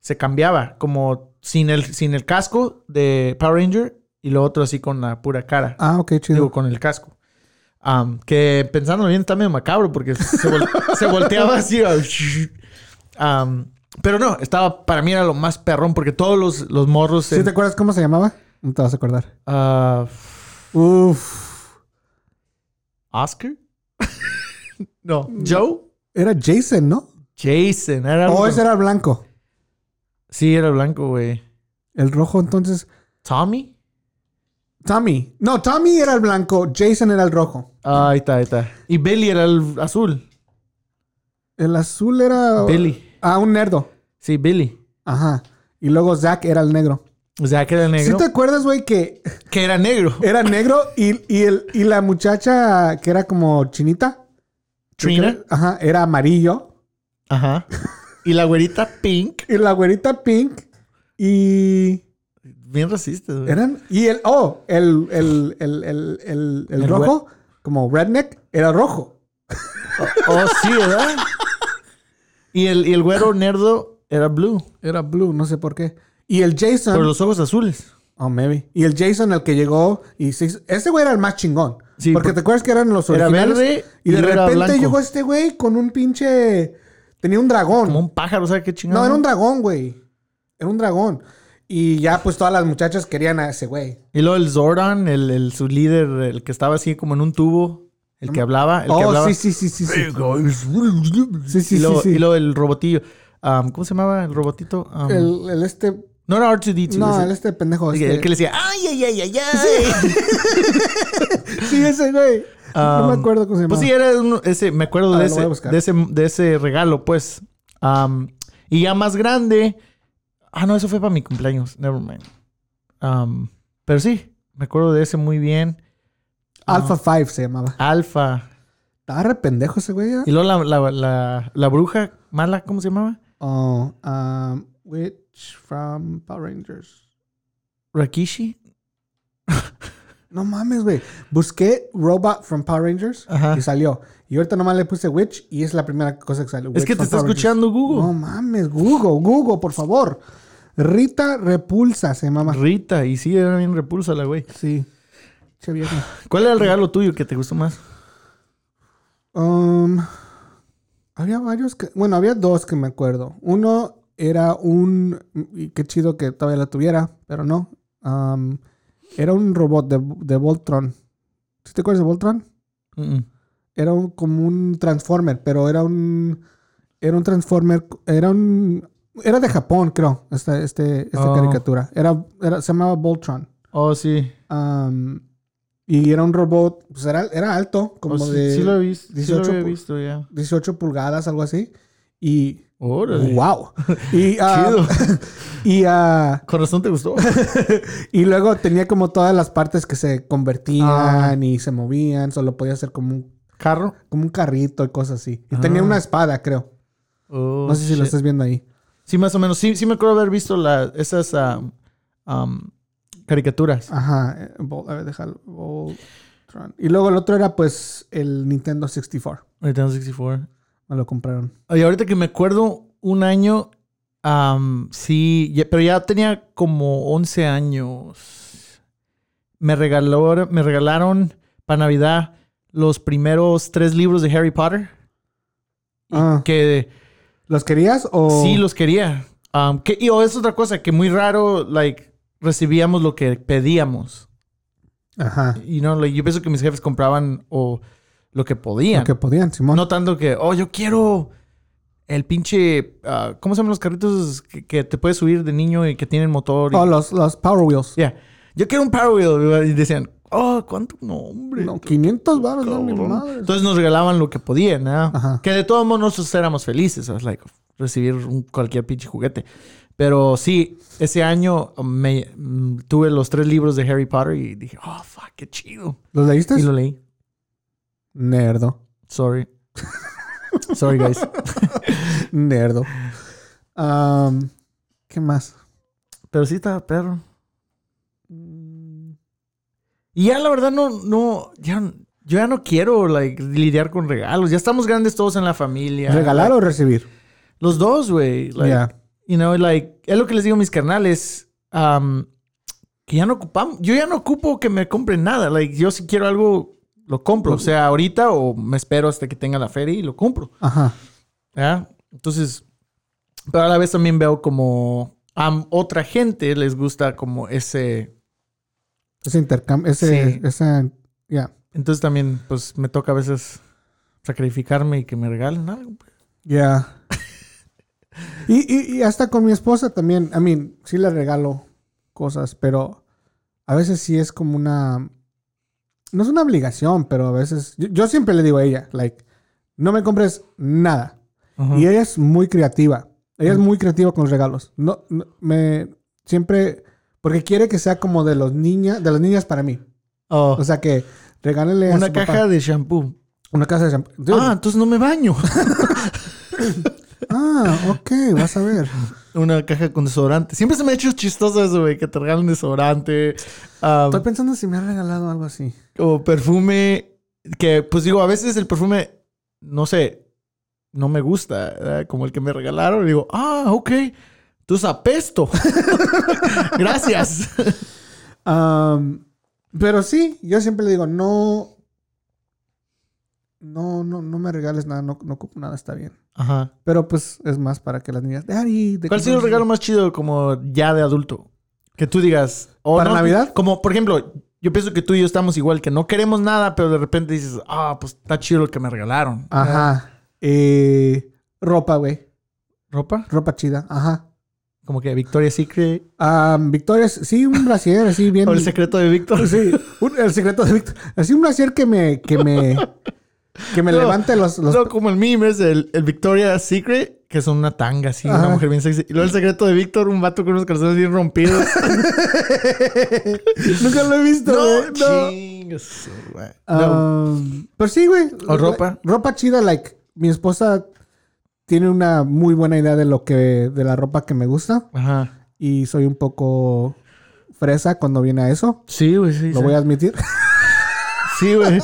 Speaker 1: se cambiaba, como sin el, sin el casco de Power Ranger y lo otro así con la pura cara.
Speaker 2: Ah, ok, chido.
Speaker 1: Digo, con el casco. Am, que pensándolo bien está medio macabro porque se, vol- (laughs) se volteaba así. (laughs) am, pero no, estaba, para mí era lo más perrón porque todos los, los morros...
Speaker 2: ¿Sí
Speaker 1: en-
Speaker 2: te acuerdas cómo se llamaba? No te vas a acordar.
Speaker 1: Ah,
Speaker 2: Uf.
Speaker 1: ¿Oscar? (laughs) no. ¿Joe?
Speaker 2: Era Jason, ¿no?
Speaker 1: Jason. Era
Speaker 2: O
Speaker 1: algo-
Speaker 2: Oh, ese era blanco.
Speaker 1: Sí, era blanco, güey.
Speaker 2: El rojo, entonces.
Speaker 1: Tommy.
Speaker 2: Tommy. No, Tommy era el blanco. Jason era el rojo.
Speaker 1: Ah, ahí está, ahí está. Y Billy era el azul.
Speaker 2: El azul era.
Speaker 1: Billy.
Speaker 2: Ah, un nerdo.
Speaker 1: Sí, Billy.
Speaker 2: Ajá. Y luego Zack era el negro.
Speaker 1: O sea, que era negro.
Speaker 2: ¿Sí te acuerdas, güey, que
Speaker 1: Que era negro.
Speaker 2: era negro y, y, el, y la muchacha que era como chinita?
Speaker 1: Trina.
Speaker 2: Ajá, era amarillo. (laughs)
Speaker 1: Ajá. Y la güerita pink.
Speaker 2: Y la güerita pink. Y.
Speaker 1: Bien racista, güey.
Speaker 2: Eran. Y el. Oh, el, el, el, el, el, el
Speaker 1: El
Speaker 2: rojo, como redneck, era rojo.
Speaker 1: Oh, sí, ¿verdad? Y el, y el güero nerdo era blue.
Speaker 2: Era blue, no sé por qué. Y el Jason.
Speaker 1: Por los ojos azules.
Speaker 2: Oh, maybe. Y el Jason, el que llegó. y se hizo- Ese güey era el más chingón.
Speaker 1: Sí,
Speaker 2: porque
Speaker 1: por-
Speaker 2: te acuerdas que eran los
Speaker 1: Era
Speaker 2: originales.
Speaker 1: verde
Speaker 2: Y
Speaker 1: y
Speaker 2: de
Speaker 1: luego era
Speaker 2: repente
Speaker 1: blanco.
Speaker 2: llegó este güey con un pinche. Tenía un
Speaker 1: Como
Speaker 2: dragón.
Speaker 1: un pájaro, ¿sabes qué chingado?
Speaker 2: No, era un dragón, güey. Era un dragón. Y ya, pues todas las muchachas querían a ese güey.
Speaker 1: Y luego el Zoran, el, el- su líder, el que estaba así como en un tubo. El que hablaba. El que
Speaker 2: Oh,
Speaker 1: hablaba.
Speaker 2: sí, sí, sí, sí. sí.
Speaker 1: Sí,
Speaker 2: Sí, sí,
Speaker 1: y luego,
Speaker 2: sí, sí.
Speaker 1: Y luego el robotillo. Um, ¿Cómo se llamaba el robotito? Um,
Speaker 2: El, el este.
Speaker 1: No era R2D2.
Speaker 2: No,
Speaker 1: ese-
Speaker 2: el este pendejo.
Speaker 1: El que-
Speaker 2: este-
Speaker 1: el que le decía, ay, ay, ay, ay, ay.
Speaker 2: Sí, ese güey. no me
Speaker 1: Um,
Speaker 2: acuerdo cómo se llama.
Speaker 1: Pues sí, era uno- ese, me acuerdo
Speaker 2: Ah,
Speaker 1: de,
Speaker 2: lo voy
Speaker 1: ese,
Speaker 2: a buscar.
Speaker 1: de, ese, de ese regalo, pues. Um, y ya más grande. Ah, no, eso fue para mi cumpleaños. Never mind. Um, pero sí, me acuerdo de ese muy bien. ah.
Speaker 2: Alpha 5 se llamaba.
Speaker 1: Alfa.
Speaker 2: Estaba re pendejo ese güey. ¿eh?
Speaker 1: Y luego la, la, la, la bruja mala, ¿cómo se llamaba?
Speaker 2: Oh, um, Witch from Power Rangers.
Speaker 1: Rakishi.
Speaker 2: No mames, güey. Busqué Robot from Power Rangers
Speaker 1: Ajá.
Speaker 2: y salió. Y ahorita nomás le puse Witch y es la primera cosa que salió.
Speaker 1: Es que te está escuchando
Speaker 2: No
Speaker 1: Google.
Speaker 2: mames, Google, Google, por favor. Rita Repulsa se llamaba.
Speaker 1: Rita, y sí, era bien repulsa la güey.
Speaker 2: Sí. Che viejo.
Speaker 1: ¿Cuál era el regalo tuyo que te gustó más?
Speaker 2: Um, había varios que. Bueno, había dos que me acuerdo. Uno era un. Y qué chido que todavía la tuviera, pero no. Um, era un robot de, de Voltron. ¿Sí te acuerdas de Voltron? Era un- como un Transformer, pero era un. Era un Transformer. Era un. Era de Japón, creo, esta, este, esta
Speaker 1: Oh.
Speaker 2: caricatura. Era, era, se llamaba Voltron.
Speaker 1: Oh, sí.
Speaker 2: Am, y era un robot, pues era, era alto, como
Speaker 1: Oh, sí,
Speaker 2: de
Speaker 1: sí lo he visto. Sí lo
Speaker 2: 18
Speaker 1: había
Speaker 2: pu-
Speaker 1: visto ya.
Speaker 2: 18 pulgadas, algo así. Y.
Speaker 1: Órale. (laughs)
Speaker 2: ¡Wow! Y, ah,
Speaker 1: Chido. (laughs)
Speaker 2: y, ah,
Speaker 1: Con razón te gustó.
Speaker 2: y luego tenía como todas las partes que se convertían
Speaker 1: Ah.
Speaker 2: y se movían, solo podía hacer como un,
Speaker 1: Carro.
Speaker 2: como un carrito y cosas así. Y tenía
Speaker 1: Ah.
Speaker 2: una espada, creo.
Speaker 1: Oh,
Speaker 2: No sé si lo
Speaker 1: shit.
Speaker 2: estás viendo ahí.
Speaker 1: Sí, más o menos. Sí, sí me acuerdo haber visto la, esas am, am, caricaturas.
Speaker 2: Ajá. eh, Vol- A ver, déjalo. Voltron. Y luego el otro era pues el Nintendo 64.
Speaker 1: Nintendo 64.
Speaker 2: Me lo compraron.
Speaker 1: Oye, ahorita que me acuerdo, un año, am, sí, ya- pero ya tenía como 11 años. Me, regaló, me regalaron para Navidad los primeros tres libros de Harry Potter. Y
Speaker 2: Ah.
Speaker 1: Que
Speaker 2: ¿Los querías o...?
Speaker 1: sí los quería. Am, que, y oh, es otra cosa, que muy raro, like, recibíamos lo que pedíamos.
Speaker 2: Ajá.
Speaker 1: Y no, like, yo pienso que mis jefes compraban o lo que podían.
Speaker 2: Lo que podían, Simón.
Speaker 1: No tanto que, oh, yo quiero el pinche. ah, ¿Cómo se llaman los carritos que, que te puedes subir de niño y que tienen motor? Y,
Speaker 2: Oh, los, los Power Wheels.
Speaker 1: Yeah. Yo quiero un Power Wheel. Y decían, oh, ¿cuánto? No, hombre.
Speaker 2: No, 500 baros, no, mi
Speaker 1: cabrón".
Speaker 2: Pues madre.
Speaker 1: Entonces nos regalaban lo que podían, ¿ah?
Speaker 2: Ajá.
Speaker 1: Que de todos modos nosotros éramos felices. I was like, recibir un- cualquier pinche juguete. Pero sí, ese año me, mm, tuve los tres libros de Harry Potter y dije, oh, fuck, qué chido.
Speaker 2: ¿Los leíste?
Speaker 1: Y lo leí.
Speaker 2: Nerdo. (laughs)
Speaker 1: Sorry. Sorry, guys.
Speaker 2: Nerdo. Am, ¿Qué más?
Speaker 1: Pero sí estaba perro. Y ya la verdad no, no, ya, yo ya no quiero like, lidiar con regalos. Ya estamos grandes todos en la familia.
Speaker 2: ¿Regalar o recibir?
Speaker 1: Los dos, güey. Like,
Speaker 2: Ya.
Speaker 1: You know, like, es lo que les digo a mis carnales. um, que ya no ocupamos, yo ya no ocupo que me compren nada. Like, yo si quiero algo, lo compro. O sea, ahorita o me espero hasta que tenga la feria y lo compro.
Speaker 2: Ajá.
Speaker 1: ¿Ya? Entonces, pero a la vez también veo como a otra gente les gusta como ese...
Speaker 2: Ese intercambio, ese,
Speaker 1: Sí.
Speaker 2: esa, ya.
Speaker 1: Entonces también, pues, me toca a veces sacrificarme y que me regalen algo. pues.
Speaker 2: Ya. Y, y, y hasta con mi esposa también. I mean, sí le regalo cosas, pero a veces sí es como una. No es una obligación, pero a veces. Yo, yo siempre le digo a ella, like, no me compres nada. Y ella es muy creativa. Ella es muy creativa con los regalos. No, no- me. Siempre. Porque quiere que sea como de los niña, de las niñas para mí.
Speaker 1: Oh,
Speaker 2: O sea que regálele a
Speaker 1: una
Speaker 2: su
Speaker 1: caja
Speaker 2: papá
Speaker 1: de shampoo.
Speaker 2: una caja de champán. Dude,
Speaker 1: Ah, entonces no me baño.
Speaker 2: ah, ok, vas
Speaker 1: (laughs)
Speaker 2: a ver.
Speaker 1: una caja con desodorante. Siempre se me ha hecho chistoso eso, güey, que te regalen desodorante. ah,
Speaker 2: Estoy pensando si me han regalado algo así.
Speaker 1: o perfume. Que, pues digo, a veces el perfume, no sé, no me gusta. ¿verdad? Como el que me regalaron. Digo, ah, ok. Entonces apesto. (laughs) Gracias.
Speaker 2: Am, pero sí, yo siempre le digo, no. No, no, no me regales nada, no, no ocupo nada, está bien.
Speaker 1: Ajá.
Speaker 2: Pero pues es más para que las niñas. Daddy, ¿de
Speaker 1: ¿Cuál ha
Speaker 2: qué
Speaker 1: sido el
Speaker 2: son?"
Speaker 1: regalo más chido como ya de adulto? Que tú digas. o
Speaker 2: ¿Para Navidad?
Speaker 1: Como, por ejemplo, yo pienso que tú y yo estamos igual, que no queremos nada, pero de repente dices, ah, pues está chido lo que me regalaron.
Speaker 2: Ajá. Eh, ropa, güey.
Speaker 1: ¿Ropa?
Speaker 2: Ropa chida. Ajá.
Speaker 1: Como que Victoria's Secret.
Speaker 2: Am, Victoria, sí, un brasier así bien.
Speaker 1: (laughs) O el secreto de Víctor.
Speaker 2: Sí, un- el secreto de Victor. Así un brasier que me, que me, que me
Speaker 1: No,
Speaker 2: levante los,
Speaker 1: (laughs)
Speaker 2: los-
Speaker 1: No, como el meme es el, el Victoria's Secret, que son una tanga así,
Speaker 2: Ajá.
Speaker 1: una mujer bien sexy. Y luego el secreto de Víctor, un vato con unos calzones bien (laughs) rompidos.
Speaker 2: Nunca lo he visto, güey, no.
Speaker 1: chingas, güey. No.
Speaker 2: Um, pero sí, güey.
Speaker 1: ¿O ropa?
Speaker 2: Ropa chida, like. Mi esposa tiene una muy buena idea de lo que. de la ropa que me gusta.
Speaker 1: Ajá.
Speaker 2: Y soy un poco fresa cuando viene a eso.
Speaker 1: Sí, güey, sí.
Speaker 2: Lo
Speaker 1: sí.
Speaker 2: voy a admitir.
Speaker 1: (laughs) Sí, güey.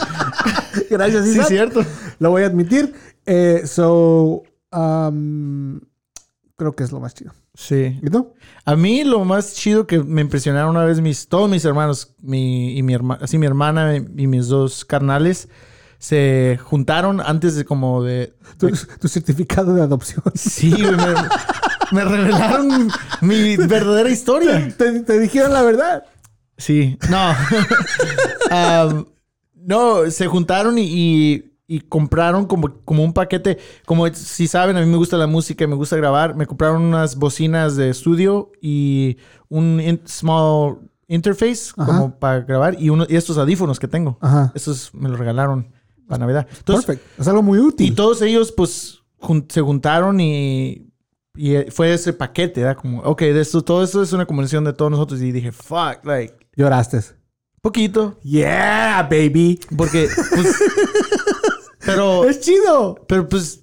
Speaker 1: (laughs)
Speaker 2: Gracias,
Speaker 1: Sí,
Speaker 2: Isaac.
Speaker 1: cierto.
Speaker 2: Lo voy a admitir. Eh, so. um, creo que es lo más chido.
Speaker 1: Sí.
Speaker 2: ¿Y tú?
Speaker 1: A mí lo más chido que me impresionaron una vez mis, todos mis hermanos, mi, y mi herma- así mi hermana y mis dos carnales, se juntaron antes de como de...
Speaker 2: Tu, tu certificado de adopción.
Speaker 1: Sí, güey, me, me revelaron mi verdadera historia.
Speaker 2: (laughs) Te, te dijeron la verdad.
Speaker 1: Sí, no. (laughs) Am, no, se juntaron y, y- y compraron como, como un paquete. Como si saben, a mí me gusta la música y me gusta grabar. Me compraron unas bocinas de estudio y un in- small interface
Speaker 2: Ajá. Ah.
Speaker 1: como para grabar y, uno, y estos audífonos que tengo.
Speaker 2: Ajá.
Speaker 1: Estos me los regalaron para Navidad. Entonces,
Speaker 2: Perfecto. Es algo muy
Speaker 1: y
Speaker 2: útil.
Speaker 1: todos ellos, pues, jun- se juntaron y, y, eh, fue ese paquete, ¿verdad? Como, ok, de esto, todo esto es una convención de todos nosotros. Y dije, fuck, like,
Speaker 2: Lloraste.
Speaker 1: poquito.
Speaker 2: Yeah, baby.
Speaker 1: Porque, pues. pero,
Speaker 2: Es chido.
Speaker 1: pero, pues.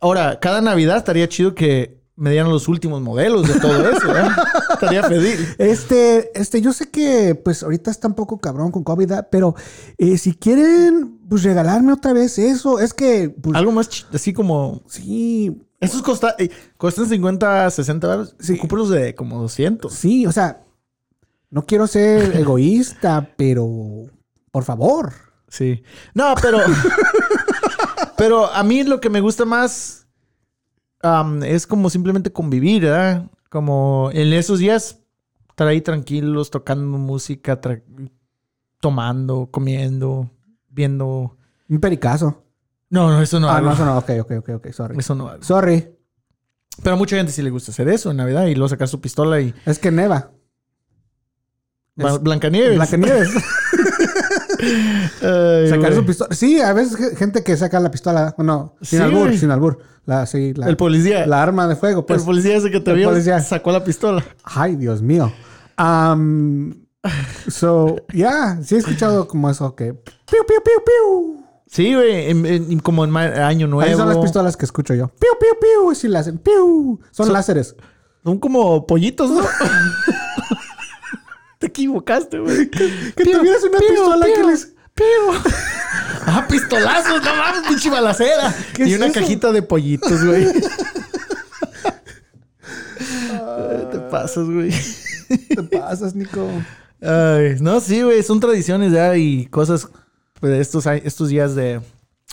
Speaker 1: Ahora, cada Navidad estaría chido que me dieran los últimos modelos de todo eso, ¿verdad? estaría feliz.
Speaker 2: Este, este, yo sé que pues ahorita está un poco cabrón con COVID, ¿verdad? pero eh, si quieren, pues regalarme otra vez eso. Es que, pues,
Speaker 1: Algo más chi- así como.
Speaker 2: sí,
Speaker 1: Esos costa, eh, cuestan 50, 60 baros. Sí. los de como 200.
Speaker 2: sí, o sea, no
Speaker 1: (laughs)
Speaker 2: quiero ser egoísta, pero por favor.
Speaker 1: Sí. No,
Speaker 2: (laughs)
Speaker 1: pero. pero a mí lo que me gusta más am, es como simplemente convivir, ¿verdad? Como en esos días estar ahí tranquilos, tocando música, tra- tomando, comiendo, viendo.
Speaker 2: Un pericazo.
Speaker 1: No, no, eso no.
Speaker 2: ah,
Speaker 1: hago.
Speaker 2: no, eso no. Ok, ok, ok, ok, sorry.
Speaker 1: Eso no hago.
Speaker 2: Sorry.
Speaker 1: Pero a mucha gente sí le gusta hacer eso en Navidad y luego sacar su pistola y
Speaker 2: Es que neva.
Speaker 1: Ba- Blancanieves.
Speaker 2: Blancanieves.
Speaker 1: (laughs) Ay,
Speaker 2: Sacar su
Speaker 1: güey.
Speaker 2: pistola. Sí, a veces ge- gente que saca la pistola. Bueno, sin
Speaker 1: Sí,
Speaker 2: albur,
Speaker 1: güey.
Speaker 2: sin albur. La, sí, la,
Speaker 1: El policía.
Speaker 2: la arma de fuego, pues.
Speaker 1: el policía ese que te
Speaker 2: el
Speaker 1: vio
Speaker 2: policía.
Speaker 1: sacó la pistola.
Speaker 2: Ay, Dios mío.
Speaker 1: (laughs)
Speaker 2: Um, so, yeah, sí he escuchado como eso que. Piu, piu, piu, piu.
Speaker 1: Sí, güey, en- en- como en ma- año nuevo.
Speaker 2: Ahí son las pistolas que escucho yo. Piu, piu, piu. Sí, la hacen. Piu. Son
Speaker 1: Son-
Speaker 2: láseres.
Speaker 1: Son como pollitos, ¿no? Te equivocaste, güey.
Speaker 2: Que
Speaker 1: Piu,
Speaker 2: tuvieras una
Speaker 1: piu,
Speaker 2: pistola que
Speaker 1: piu,
Speaker 2: les.
Speaker 1: piu. (laughs) Ah, pistolazos, no mames, pinche balacera.
Speaker 2: ¿Qué
Speaker 1: Y
Speaker 2: es
Speaker 1: una
Speaker 2: eso?
Speaker 1: cajita de pollitos, güey. Ay, Te pasas, güey.
Speaker 2: Te pasas, Nico.
Speaker 1: Ay, no, sí, güey, son tradiciones ya y cosas pues, de estos, a- estos días de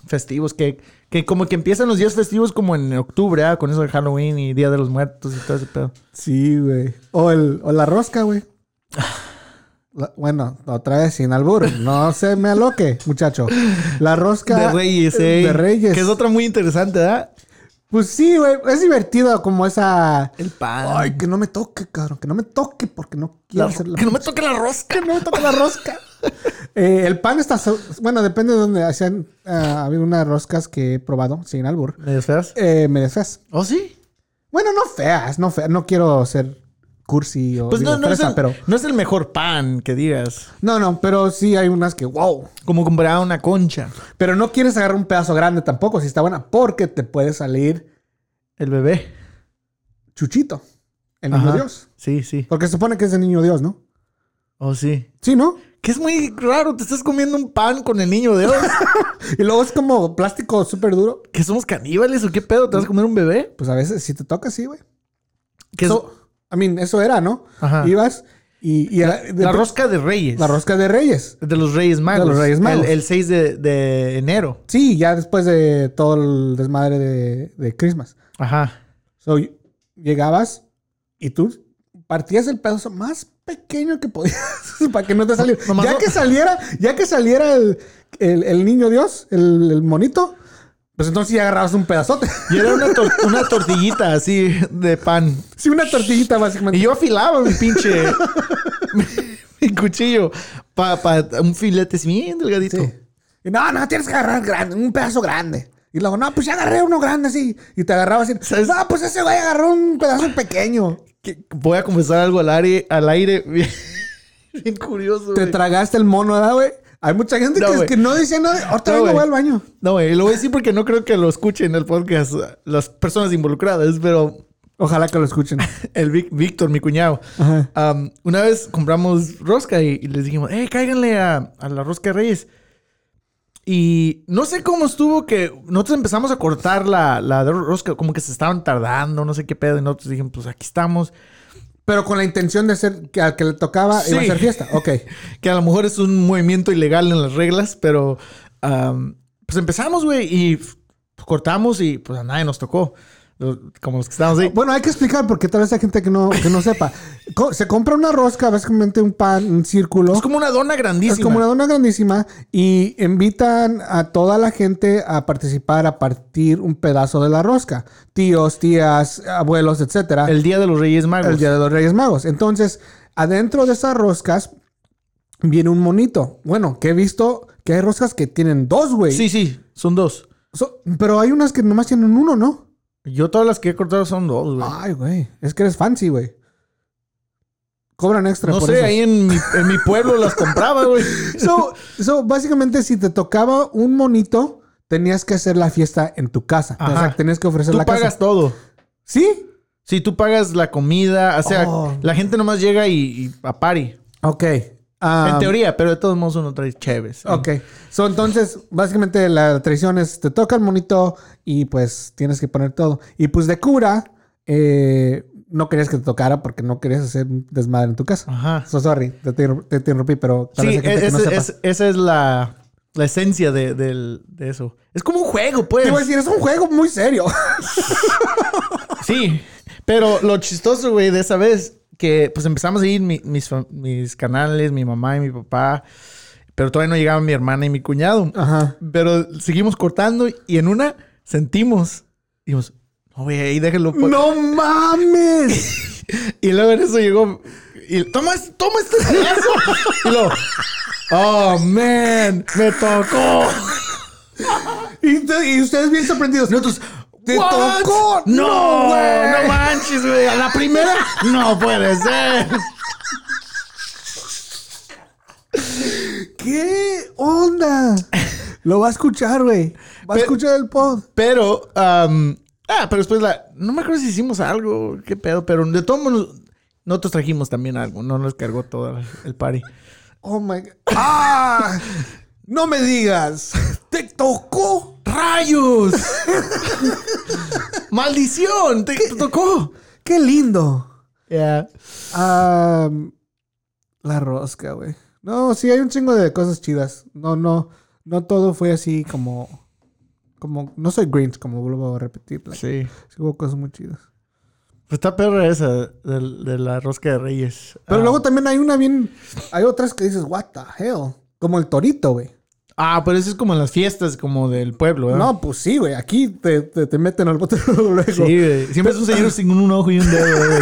Speaker 1: festivos que, que como que empiezan los días festivos como en octubre, ¿ah? con eso de Halloween y Día de los Muertos y todo ese pedo.
Speaker 2: Sí, güey. O, el, o la rosca, güey. La- bueno, otra vez sin albur. No se me aloque, muchacho. La rosca.
Speaker 1: De Reyes, eh.
Speaker 2: De Reyes.
Speaker 1: Que es otra muy interesante, ¿verdad?
Speaker 2: Pues sí, güey. Es divertido como esa.
Speaker 1: El pan.
Speaker 2: Ay, que no me toque, cabrón. Que no me toque porque no
Speaker 1: La-
Speaker 2: quiero hacer la...
Speaker 1: que no me toque la rosca.
Speaker 2: (laughs) Que no me toque la rosca. Eh, el pan está... so- Bueno, depende de dónde. Hacían... ah, había unas roscas que he probado, sin albur.
Speaker 1: ¿Me deseas?
Speaker 2: Eh, me desfeas.
Speaker 1: ¿Oh, sí?
Speaker 2: Bueno, no feas, no feas. No quiero ser cursi o
Speaker 1: Pues
Speaker 2: digo,
Speaker 1: no, no, es
Speaker 2: fresa,
Speaker 1: el,
Speaker 2: pero...
Speaker 1: no es el mejor pan que digas.
Speaker 2: No, no, pero sí hay unas que... ¡Wow!
Speaker 1: Como comprar una concha.
Speaker 2: Pero no quieres agarrar un pedazo grande tampoco si está buena porque te puede salir
Speaker 1: El bebé.
Speaker 2: chuchito. El niño
Speaker 1: Ajá.
Speaker 2: Dios.
Speaker 1: Sí, sí.
Speaker 2: Porque se supone que es el niño Dios, ¿no?
Speaker 1: Oh, sí.
Speaker 2: Sí, ¿no?
Speaker 1: Que es muy raro. Te estás comiendo un pan con el niño de
Speaker 2: (laughs)
Speaker 1: hoy.
Speaker 2: Y luego es como plástico súper duro.
Speaker 1: ¿Que somos caníbales o qué pedo? ¿Te vas a comer un bebé?
Speaker 2: Pues a veces si te toca, sí, güey.
Speaker 1: Que es-
Speaker 2: Eso, I mean, eso era, ¿no?
Speaker 1: Ajá.
Speaker 2: Ibas y... y era- de-
Speaker 1: la rosca de reyes.
Speaker 2: la rosca de Reyes.
Speaker 1: de los Reyes Magos.
Speaker 2: De los Reyes Magos.
Speaker 1: El, el 6 de, de enero.
Speaker 2: Sí, ya después de todo el desmadre de, de Christmas.
Speaker 1: Ajá.
Speaker 2: So, y- llegabas y tú partías el pedazo más pequeño que podías (laughs) para que no te saliera.
Speaker 1: (laughs) Nomás
Speaker 2: ya
Speaker 1: no-
Speaker 2: que saliera, ya que saliera el, el- el niño Dios, el, el monito, pues entonces ya agarrabas un pedazote. (laughs)
Speaker 1: Y era una, tor- una tortillita así de pan.
Speaker 2: sí, una tortillita básicamente.
Speaker 1: Y yo afilaba mi
Speaker 2: (laughs)
Speaker 1: pinche. mi, mi cuchillo. Para un filete así bien delgadito.
Speaker 2: Sí. Y no, no, tienes que agarrar grande, un pedazo grande. Y luego, no, pues ya agarré uno grande así. Y te agarrabas así.
Speaker 1: ¿Sabes?
Speaker 2: No, pues ese güey agarró un pedazo pequeño.
Speaker 1: Que- voy a confesar algo al aire. Al aire. (laughs) Bien, bien curioso.
Speaker 2: Te
Speaker 1: güey.
Speaker 2: tragaste el mono, ¿verdad, güey? Hay mucha gente
Speaker 1: No,
Speaker 2: que,
Speaker 1: güey.
Speaker 2: que no dice nada. Ahorita
Speaker 1: No,
Speaker 2: vengo,
Speaker 1: güey.
Speaker 2: voy al baño.
Speaker 1: No, güey. Lo voy a decir porque no creo que lo escuchen el podcast. Las personas involucradas. Pero
Speaker 2: Ojalá que lo escuchen.
Speaker 1: el Vic- Víctor, mi cuñado.
Speaker 2: Ajá.
Speaker 1: Am, una vez compramos rosca y, y les dijimos, hey, cáiganle a, a la rosca de Reyes. Y no sé cómo estuvo que nosotros empezamos a cortar la, la de rosca, como que se estaban tardando, no sé qué pedo. Y nosotros dijimos, pues aquí estamos.
Speaker 2: Pero con la intención de ser que al que le tocaba iba a
Speaker 1: Sí. (laughs)
Speaker 2: ser fiesta. Ok.
Speaker 1: Que a lo mejor es un movimiento ilegal en las reglas, pero am, pues empezamos, güey, y pues, cortamos y pues a nadie nos tocó. Los- Como los que estábamos ahí.
Speaker 2: Bueno, hay que explicar porque tal vez hay gente que no, que no sepa. Co- Se compra una rosca, básicamente un pan, un círculo.
Speaker 1: Es como una dona grandísima.
Speaker 2: Es como una dona grandísima y invitan a toda la gente a participar, a partir un pedazo de la rosca. Tíos, tías, abuelos, etcétera. El,
Speaker 1: El día de los Reyes Magos.
Speaker 2: Día de los Reyes Magos. Entonces, adentro de esas roscas viene un monito. Bueno, que he visto que hay roscas que tienen dos, güey.
Speaker 1: Sí, sí, son dos.
Speaker 2: So- pero hay unas que nomás tienen uno, ¿no?
Speaker 1: Yo todas las que he cortado son dos, güey.
Speaker 2: Ay, güey. Es que eres fancy, güey. Cobran extra
Speaker 1: no
Speaker 2: por
Speaker 1: sé,
Speaker 2: eso.
Speaker 1: ahí en mi, en mi pueblo las compraba, güey.
Speaker 2: (laughs) So, so, básicamente, si te tocaba un monito, tenías que hacer la fiesta en tu casa.
Speaker 1: Ajá.
Speaker 2: O sea, tenías que ofrecer
Speaker 1: Tú
Speaker 2: la
Speaker 1: pagas
Speaker 2: casa.
Speaker 1: todo.
Speaker 2: ¿Sí?
Speaker 1: Sí, tú pagas la comida. O sea,
Speaker 2: Oh.
Speaker 1: la gente nomás llega y, y a pari.
Speaker 2: Ok. Ah,
Speaker 1: en teoría, pero de todos modos uno trae chéves.
Speaker 2: Ok. So, entonces, básicamente, la tradición es te toca el monito y pues tienes que poner todo. Y pues de cura, eh, no querías que te tocara porque no querías hacer un desmadre en tu casa.
Speaker 1: Ajá.
Speaker 2: So, sorry, te, te, te interrumpí, pero tal
Speaker 1: Sí,
Speaker 2: vez hay gente que
Speaker 1: es-
Speaker 2: no
Speaker 1: es-
Speaker 2: sepa.
Speaker 1: es- esa es la, la esencia de, del- de eso. Es como un juego, pues.
Speaker 2: Te iba a decir, es un juego muy serio.
Speaker 1: Sí, pero lo chistoso, güey, de esa vez, que pues empezamos a ir mi- mis, fam- mis canales, mi mamá y mi papá, pero todavía no llegaban mi hermana y mi cuñado.
Speaker 2: Ajá.
Speaker 1: Pero seguimos cortando y en una sentimos, dijimos, no, güey, ahí déjelo. pues".
Speaker 2: ¡No mames!
Speaker 1: Y luego en eso llegó, y toma, es- toma este pedazo. y luego, oh, man, me tocó.
Speaker 2: Y, te- y ustedes bien sorprendidos. Nosotros, ¡te
Speaker 1: What?
Speaker 2: tocó!
Speaker 1: No,
Speaker 2: güey!
Speaker 1: no manches, güey. A la primera, no puede ser.
Speaker 2: ¿Qué onda? Lo va a escuchar, güey. Va a
Speaker 1: Pe-
Speaker 2: escuchar el pod.
Speaker 1: Pero, am, ah, pero después la, no me acuerdo si hicimos algo, qué pedo, pero de todos modos, nosotros trajimos también algo, no nos cargó todo el- el party.
Speaker 2: Oh my God. ¡Ah! No me digas. ¿Te tocó?
Speaker 1: ¡Rayos! ¡Maldición! ¡Te, te tocó!
Speaker 2: ¡Qué lindo!
Speaker 1: Ya.
Speaker 2: Ah, la rosca, güey. No, sí, hay un chingo de cosas chidas. No, no. No todo fue así como. Como. No soy Grinch, como vuelvo a repetir. Like,
Speaker 1: Sí.
Speaker 2: sí hubo cosas muy chidas.
Speaker 1: Pues está perra esa de, de la rosca de reyes.
Speaker 2: Pero
Speaker 1: Ah.
Speaker 2: luego también hay una bien. Hay otras que dices, what the hell. Como el torito, güey.
Speaker 1: Ah, pero eso es como en las fiestas, como del pueblo, ¿eh?
Speaker 2: No, pues sí, güey. Aquí te, te, te meten al bote (laughs) luego.
Speaker 1: Sí, güey. Siempre es un (laughs) señor sin un ojo y un dedo, güey.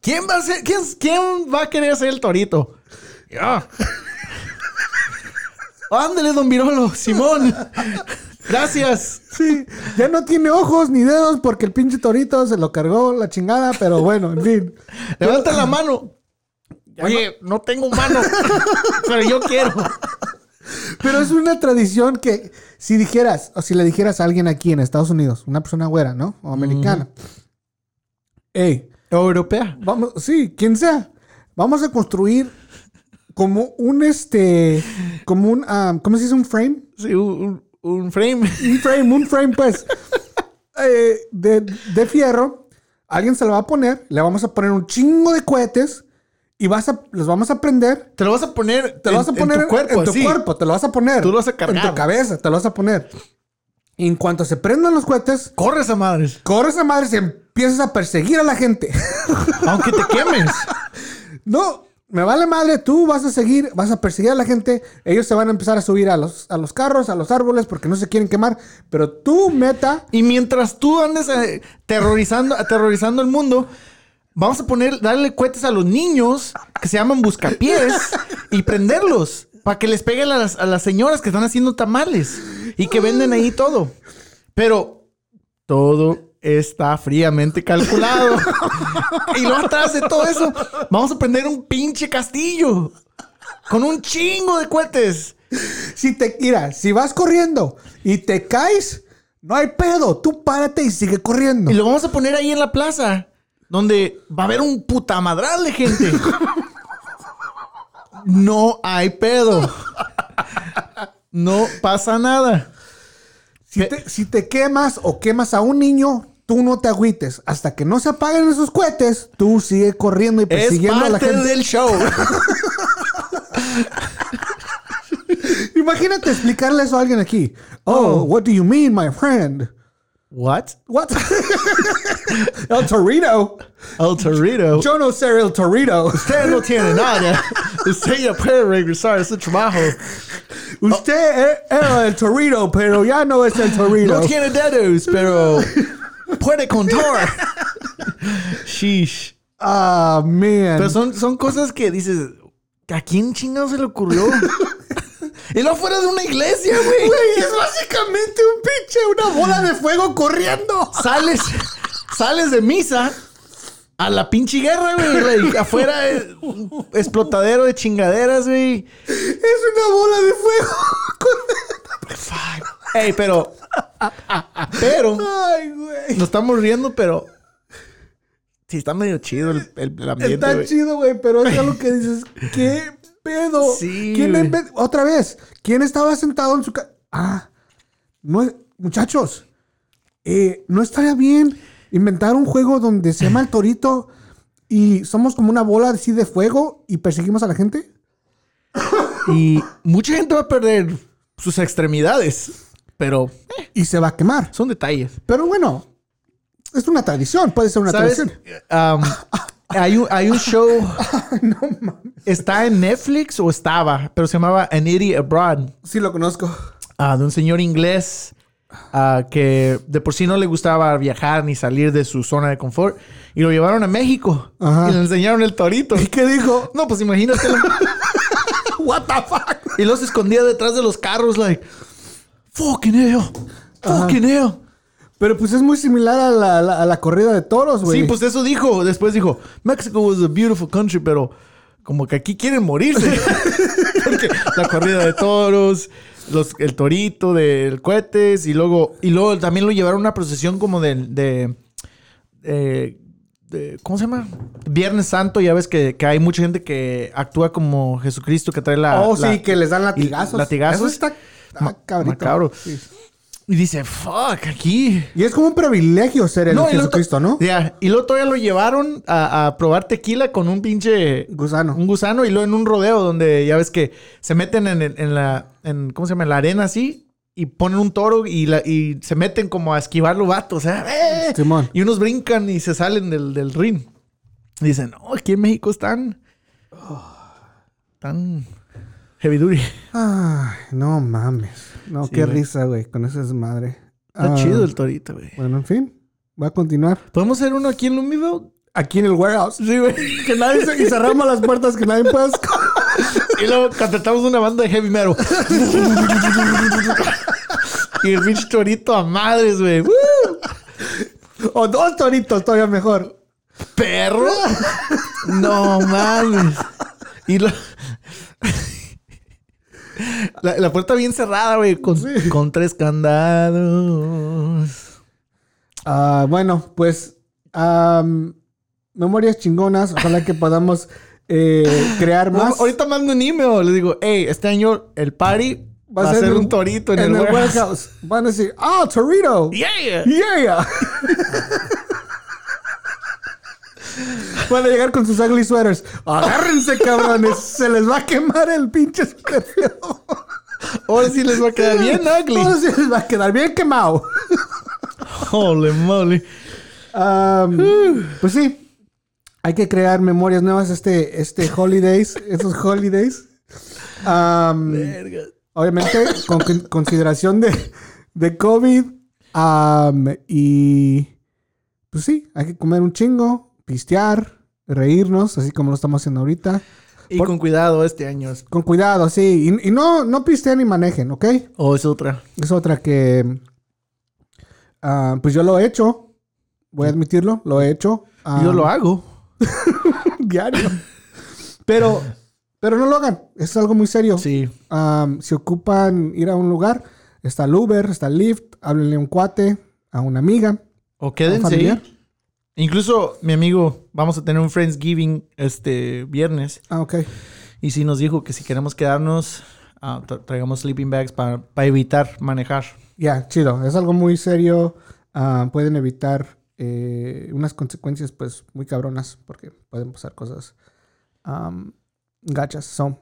Speaker 1: ¿Quién va a ser, quién, quién va a querer ser el torito? Ya. Ándale, don Virolo, (laughs) Simón. Gracias.
Speaker 2: Sí, ya no tiene ojos ni dedos porque el pinche torito se lo cargó la chingada, pero bueno, en fin.
Speaker 1: Levanta la mano. Oye, no. tengo mano, (laughs) pero yo quiero.
Speaker 2: Pero es una tradición que si dijeras, o si le dijeras a alguien aquí en Estados Unidos, una persona güera, ¿no? O americana. Ey,
Speaker 1: Europea.
Speaker 2: vamos, sí, quien sea, vamos a construir como un este, como un, ah, ¿cómo se dice? Un frame.
Speaker 1: Sí, un, un- un frame.
Speaker 2: un frame, un frame, pues. (laughs) eh, de, de fierro. Alguien se lo va a poner. Le vamos a poner un chingo de cohetes. Y vas a, los vamos a prender.
Speaker 1: Te lo vas a poner,
Speaker 2: Te lo vas a poner
Speaker 1: en tu cuerpo,
Speaker 2: en tu
Speaker 1: así.
Speaker 2: cuerpo, te lo vas a poner.
Speaker 1: Tú lo vas a cargar.
Speaker 2: En tu cabeza, te lo vas a poner. Y en cuanto se prendan los cohetes,
Speaker 1: Corres a madres,
Speaker 2: corres a madres y empiezas a perseguir a la gente. (laughs)
Speaker 1: aunque te quemes.
Speaker 2: No, me vale madre, tú vas a seguir, vas a perseguir a la gente, ellos se van a empezar a subir a los, a los carros, a los árboles, porque no se quieren quemar, pero tu meta
Speaker 1: Y mientras tú andes eh, terrorizando, aterrorizando el mundo, vamos a poner, darle cohetes a los niños que se llaman buscapiés y prenderlos para que les pegue a las, a las señoras que están haciendo tamales y que venden ahí todo. Pero todo está fríamente calculado. y luego atrás de todo eso, vamos a prender un pinche castillo con un chingo de cohetes.
Speaker 2: Si te, mira, si vas corriendo y te caes, no hay pedo. Tú párate y sigue corriendo.
Speaker 1: Y lo vamos a poner ahí en la plaza, donde va a haber un putamadral de gente. No hay pedo. No pasa nada.
Speaker 2: si, te, si te quemas o quemas a un niño, tú no te agüites. Hasta que no se apaguen esos cohetes, tú sigue corriendo y
Speaker 1: Es
Speaker 2: persiguiendo a la
Speaker 1: parte
Speaker 2: gente.
Speaker 1: del show.
Speaker 2: Imagínate explicarle eso a alguien aquí. Oh,
Speaker 1: Oh.
Speaker 2: what do you mean, my friend?
Speaker 1: What?
Speaker 2: What? (laughs) El Torito.
Speaker 1: El Torito.
Speaker 2: Yo no seré el
Speaker 1: (laughs)
Speaker 2: Torito.
Speaker 1: Usted no tiene nada. Usted ya puede regresar a su trabajo.
Speaker 2: Usted e- era el Torito, pero ya no es el Torito.
Speaker 1: No tiene dedos, pero puede contar. Sheesh.
Speaker 2: Ah, man.
Speaker 1: Pero son, son cosas que dices, ¿a quién chingado se le ocurrió? (laughs) Y lo fuera de una iglesia, güey.
Speaker 2: Güey, es básicamente un pinche, una bola de
Speaker 1: (laughs)
Speaker 2: fuego corriendo.
Speaker 1: Sales, sales de misa a la pinche guerra, güey. Like, afuera es un explotadero de chingaderas, güey.
Speaker 2: Es una bola de fuego. (laughs)
Speaker 1: Fuck. Ey, pero. Pero.
Speaker 2: Ay, güey.
Speaker 1: Nos estamos riendo, pero. Sí, está medio chido el, el- el ambiente.
Speaker 2: Está
Speaker 1: güey.
Speaker 2: chido, güey, pero es algo que dices, ¿qué pedo?
Speaker 1: Sí,
Speaker 2: ¿Quién la
Speaker 1: güey.
Speaker 2: inven- Otra vez, ¿quién estaba sentado en su casa? Ah, no es- muchachos, eh, no estaría bien inventar un juego donde se llama el torito y somos como una bola así de fuego y perseguimos a la gente.
Speaker 1: Y mucha gente va a perder sus extremidades, pero eh,
Speaker 2: y se va a quemar.
Speaker 1: son detalles.
Speaker 2: Pero bueno, es una tradición, puede ser una
Speaker 1: ¿Sabes?
Speaker 2: tradición.
Speaker 1: Um, hay, un, hay un
Speaker 2: (laughs)
Speaker 1: show.
Speaker 2: Ah,
Speaker 1: Está en Netflix o estaba, pero se llamaba An Idiot Abroad.
Speaker 2: Sí, lo conozco.
Speaker 1: ah, de un señor inglés ah, que de por sí no le gustaba viajar ni salir de su zona de confort. Y lo llevaron a México
Speaker 2: Ajá.
Speaker 1: y le enseñaron el torito.
Speaker 2: (laughs) ¿Y qué dijo?
Speaker 1: (laughs) No, pues
Speaker 2: (laughs)
Speaker 1: imagínate.
Speaker 2: What the fuck?
Speaker 1: y los escondía detrás de los carros, like, fucking hell, fucking hell.
Speaker 2: Pero pues es muy similar a la, la- a la corrida de toros, güey.
Speaker 1: Sí, pues eso dijo. Después dijo, Mexico was a beautiful country, pero como que aquí quieren morirse.
Speaker 2: (laughs)
Speaker 1: Porque la corrida de toros, los, el torito del cohetes y luego, y luego también lo llevaron a una procesión como de, de, eh, de- ¿cómo se llama? Viernes Santo, ya ves que, que hay mucha gente que actúa como Jesucristo, que trae la...
Speaker 2: Oh,
Speaker 1: la-
Speaker 2: sí, que les dan latigazos.
Speaker 1: latigazos.
Speaker 2: Eso está
Speaker 1: Ma-
Speaker 2: ah, cabrito.
Speaker 1: macabro.
Speaker 2: Sí.
Speaker 1: Y dice, fuck, aquí...
Speaker 2: Y es como un privilegio ser el
Speaker 1: No, y luego
Speaker 2: Jesucristo,
Speaker 1: to-
Speaker 2: ¿no?
Speaker 1: Ya, Y luego todavía lo llevaron a, a probar tequila con un pinche
Speaker 2: Gusano.
Speaker 1: Un gusano y luego en un rodeo donde ya ves que se meten en, el- en la en, ¿cómo se llama? En la arena así y ponen un toro y, la- y se meten como a esquivarlo vatos, o sea, ¡eh!
Speaker 2: (laughs) Simón.
Speaker 1: y unos brincan y se salen del, del ring. Y Dicen, "No, aquí en México están tan heavy duty."
Speaker 2: Ay, no mames. No, qué
Speaker 1: güey.
Speaker 2: risa, güey, con esa desmadre.
Speaker 1: Está
Speaker 2: Ah,
Speaker 1: chido el torito, güey.
Speaker 2: Bueno, en fin, voy a continuar.
Speaker 1: ¿Podemos hacer uno aquí en Lumiville?
Speaker 2: Aquí en el warehouse.
Speaker 1: Sí, güey. (laughs)
Speaker 2: Que nadie se- y cerramos las puertas que nadie pueda escapar.
Speaker 1: Y luego contratamos una banda de heavy metal. y el pinche torito a madres, güey. ¡Uh!
Speaker 2: O dos toritos, todavía mejor.
Speaker 1: ¡Perro! No mames. Y lo- La, la puerta bien cerrada, güey, con, con tres candados.
Speaker 2: Ah, bueno, pues am, memorias chingonas. Ojalá que podamos eh, crear
Speaker 1: No,
Speaker 2: más.
Speaker 1: ahorita mando un email, le digo, hey, este año el party va, a ser, un torito en, el, warehouse".
Speaker 2: warehouse. Van a decir, ¡ah, torito!
Speaker 1: Yeah.
Speaker 2: ¡Yeah! Van a llegar con sus ugly sweaters. ¡Agárrense, cabrones! Se les va a quemar el pinche suéter.
Speaker 1: Ahora sí les va a quedar bien ugly. (laughs)
Speaker 2: Ahora sí les va a quedar bien quemado.
Speaker 1: Holy moly.
Speaker 2: Am, pues sí, hay que crear memorias nuevas este, este holidays, estos holidays. Am,
Speaker 1: Verga.
Speaker 2: obviamente, con con- consideración de, de COVID. am, y pues sí, hay que comer un chingo, pistear, reírnos, así como lo estamos haciendo ahorita.
Speaker 1: Y con cuidado este año. es-
Speaker 2: Con cuidado, sí. Y, y no, no pisteen ni manejen, ¿ok?
Speaker 1: O es otra.
Speaker 2: Es otra que. ah, pues yo lo he hecho. Voy a admitirlo, lo he hecho. ah,
Speaker 1: Yo lo hago.
Speaker 2: diario. Pero, pero no lo hagan. Es algo muy serio.
Speaker 1: Sí.
Speaker 2: Am, si ocupan ir a un lugar, está el Uber, está el Lyft, háblenle a un cuate, a una amiga.
Speaker 1: O
Speaker 2: ¿Un
Speaker 1: quédense
Speaker 2: familiar?
Speaker 1: ahí. Incluso mi amigo, vamos a tener un Friendsgiving este viernes.
Speaker 2: Ah, ok.
Speaker 1: Y sí nos dijo que si queremos quedarnos, ah, tra- traigamos sleeping bags para evitar manejar.
Speaker 2: Ya, chido. Es algo muy serio. Ah, pueden evitar eh, unas consecuencias, pues, muy cabronas, porque pueden pasar cosas am, gachas. Son.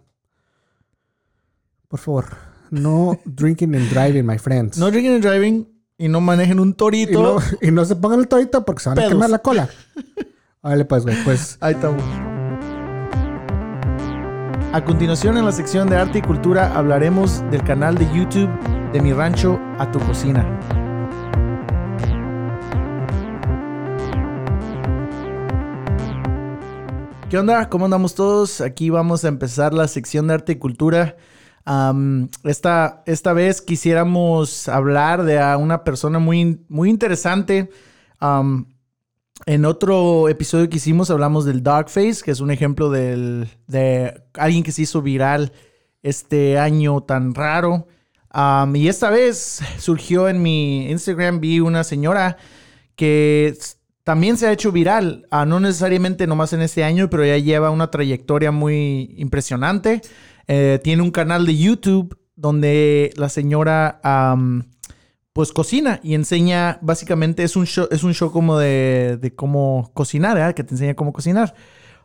Speaker 2: Por favor, No drinking and driving, my friends.
Speaker 1: No drinking and driving y no manejen un
Speaker 2: y, no,
Speaker 1: torito.
Speaker 2: y no se pongan el torito porque se van a
Speaker 1: Pedos.
Speaker 2: quemar la cola. Vale, pues, güey. Pues
Speaker 1: Ahí estamos. A continuación, en la sección de arte y cultura, hablaremos del canal de YouTube de mi rancho a tu cocina. ¿Qué onda? ¿Cómo andamos todos? Aquí vamos a empezar la sección de arte y cultura. Am, esta, esta vez quisiéramos hablar de a una persona muy, muy interesante. Am, en otro episodio que hicimos hablamos del Darkface, que es un ejemplo del- de alguien que se hizo viral este año tan raro. Am, y esta vez (laughs) surgió en mi Instagram, vi una señora que s- también se ha hecho viral, ah, no necesariamente nomás en este año, pero ya lleva una trayectoria muy impresionante. Eh, tiene un canal de YouTube donde la señora am, pues cocina y enseña, básicamente es un show, es un show como de, de cómo cocinar, ¿eh? que te enseña cómo cocinar.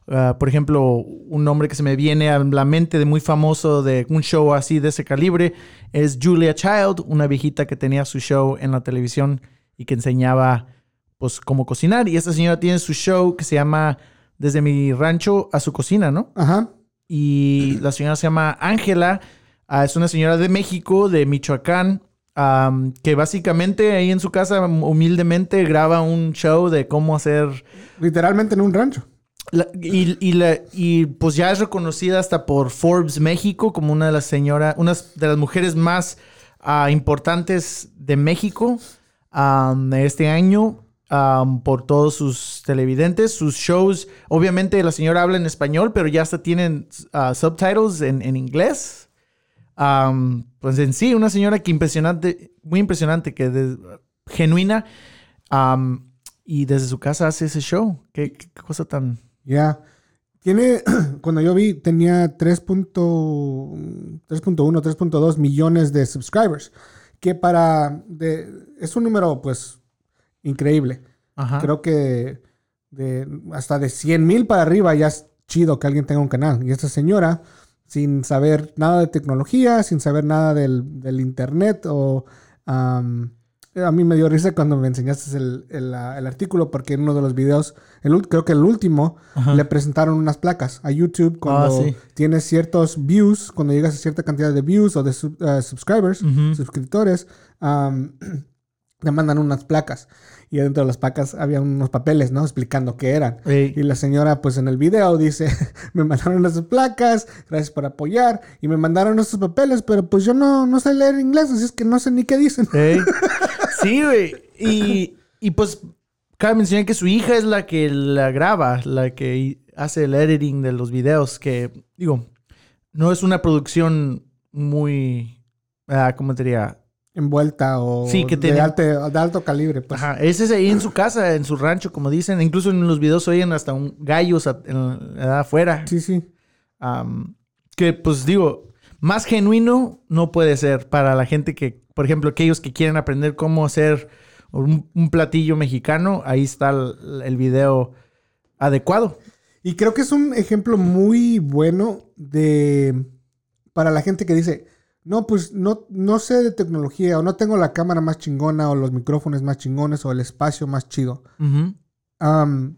Speaker 1: Ah, por ejemplo, un nombre que se me viene a la mente de muy famoso de un show así de ese calibre es Julia Child, una viejita que tenía su show en la televisión y que enseñaba pues cómo cocinar. Y esta señora tiene su show que se llama Desde mi rancho a su cocina, ¿no?
Speaker 2: Ajá.
Speaker 1: y la señora se llama Ángela. ah, es una señora de México, de Michoacán, am, que básicamente ahí en su casa humildemente graba un show de cómo hacer...
Speaker 2: Literalmente en un rancho.
Speaker 1: la- y, y la- y, pues ya es reconocida hasta por Forbes México como una de las señoras, una de las mujeres más ah, importantes de México am, este año. am, por todos sus televidentes, sus shows. Obviamente la señora habla en español, pero ya hasta tienen ah, subtitles en, en inglés. Am, pues en sí, una señora que impresionante, muy impresionante, que de- genuina. am, y desde su casa hace ese show. Qué, qué cosa tan...
Speaker 2: Ya. Tiene, (clears throat) cuando yo vi, tenía 3.1, 3.2 millones de subscribers. Que para. De, es un número, pues, increíble.
Speaker 1: Ajá.
Speaker 2: Creo que de, hasta de 100 mil para arriba ya es chido que alguien tenga un canal. Y esta señora, sin saber nada de tecnología, sin saber nada del, del internet o... am, a mí me dio risa cuando me enseñaste el, el, ah, el artículo porque en uno de los videos, el, ul- creo que el último, le presentaron unas placas a YouTube cuando
Speaker 1: Ah. sí.
Speaker 2: tienes ciertos views, cuando llegas a cierta cantidad de views o de sub- ah, subscribers,
Speaker 1: Ujú.
Speaker 2: suscriptores, am, (clears throat) te mandan unas placas. Y adentro de las placas había unos papeles, ¿no? Explicando qué eran.
Speaker 1: Ey.
Speaker 2: Y la señora, pues en el video dice, (laughs) me mandaron esas placas, gracias por apoyar, y me mandaron esos papeles, pero pues yo no, no sé leer inglés, así es que no sé ni qué dicen. (laughs)
Speaker 1: Ey. (laughs) Sí, güey. Y, y, pues, cabe mencionar que su hija es la que la graba, la que hace el editing de los videos, que, digo, no es una producción muy... ah, ¿Cómo te diría?
Speaker 2: Envuelta o
Speaker 1: Sí, que
Speaker 2: de,
Speaker 1: tiene-
Speaker 2: alto, de alto calibre, pues.
Speaker 1: Ajá, ese es ahí en su casa, en su rancho, como dicen. Incluso en los videos oyen hasta un gallos a- en- ah, afuera.
Speaker 2: Sí, sí.
Speaker 1: Am, que pues digo, más genuino no puede ser para la gente que, por ejemplo, aquellos que quieren aprender cómo hacer un, un platillo mexicano, ahí está el, el video adecuado.
Speaker 2: Y creo que es un ejemplo muy bueno de para la gente que dice, no, pues no, no sé de tecnología, o no tengo la cámara más chingona, o los micrófonos más chingones, o el espacio más chido.
Speaker 1: Ujú.
Speaker 2: Am,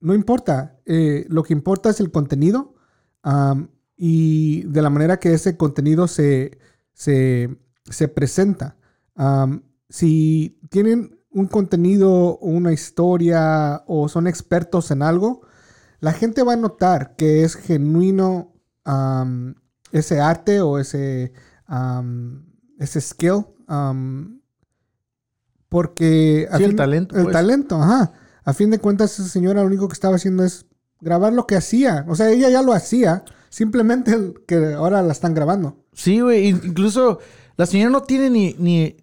Speaker 2: no importa. eh, lo que importa es el contenido am, y de la manera que ese contenido se, se, se presenta. Am, si tienen un contenido, una historia o son expertos en algo, la gente va a notar que es genuino am, ese arte o ese, am, ese skill. am, porque al
Speaker 1: Sí, el
Speaker 2: fin-
Speaker 1: talento,
Speaker 2: El
Speaker 1: pues.
Speaker 2: talento, ajá. A fin de cuentas, esa señora lo único que estaba haciendo es grabar lo que hacía. O sea, ella ya lo hacía. Simplemente el- que ahora la están grabando.
Speaker 1: Sí, güey, in- incluso la señora no tiene ni, ni,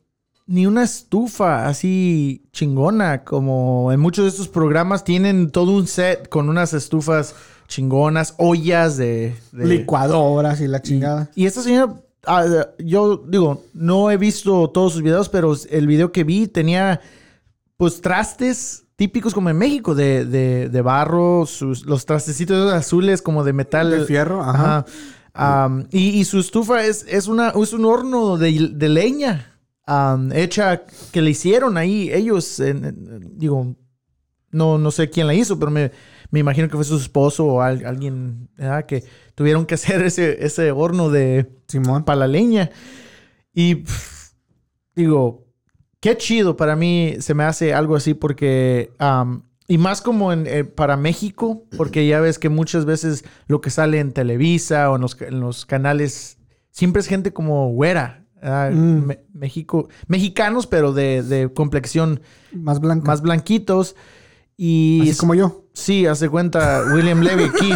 Speaker 1: ni una estufa así chingona, como en muchos de estos programas tienen todo un set con unas estufas chingonas, ollas de... de-
Speaker 2: Licuadoras y la chingada.
Speaker 1: Y esta señora, ah, yo digo, no he visto todos sus videos, pero el video que vi tenía pues trastes típicos como en México, de, de, de barro, sus, los trastecitos azules como de metal.
Speaker 2: de fierro, ajá.
Speaker 1: Ajá. Um, y, y su estufa es, es, una, es un horno de, de leña um, hecha que le hicieron ahí ellos. en- en- digo, no, no sé quién la hizo, pero me, me imagino que fue su esposo o al- alguien ¿verdad? que tuvieron que (laughs) hacer ese, ese horno de,
Speaker 2: Simón.
Speaker 1: para la leña. Y pff, digo, qué chido para mí se me hace algo así porque... am, y más como en, eh, para México, porque ya ves que muchas veces lo que sale en Televisa o en los, ca- en los canales, siempre es gente como güera. ah,
Speaker 2: Mm.
Speaker 1: me- México, mexicanos, pero de, de complexión
Speaker 2: Más blanca.
Speaker 1: más blanquitos. Y
Speaker 2: Así como yo.
Speaker 1: Sí, hace cuenta William Levy aquí.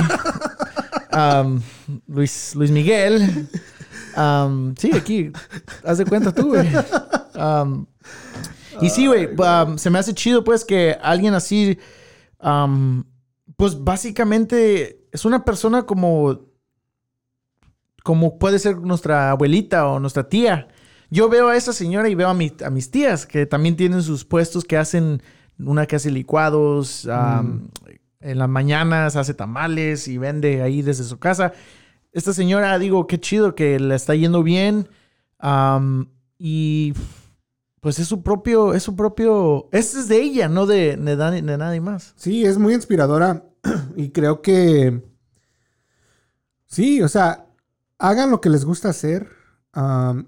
Speaker 1: Am, Luis, Luis Miguel. Am, sí, aquí. Hace cuenta tú, güey. Um, Am, y sí, güey. am, se me hace chido, pues, que alguien así. am, pues básicamente es una persona como. Como puede ser nuestra abuelita o nuestra tía. Yo veo a esa señora y veo a, mi- a mis tías que también tienen sus puestos que hacen. Una que hace licuados. am, en las mañanas hace tamales y vende ahí desde su casa. Esta señora, digo, qué chido que le está yendo bien. Am, y pues es su propio, es su propio, este es de ella, no de, de, na- de nadie más.
Speaker 2: Sí, es muy inspiradora (clears throat) y creo que sí, o sea, hagan lo que les gusta hacer am,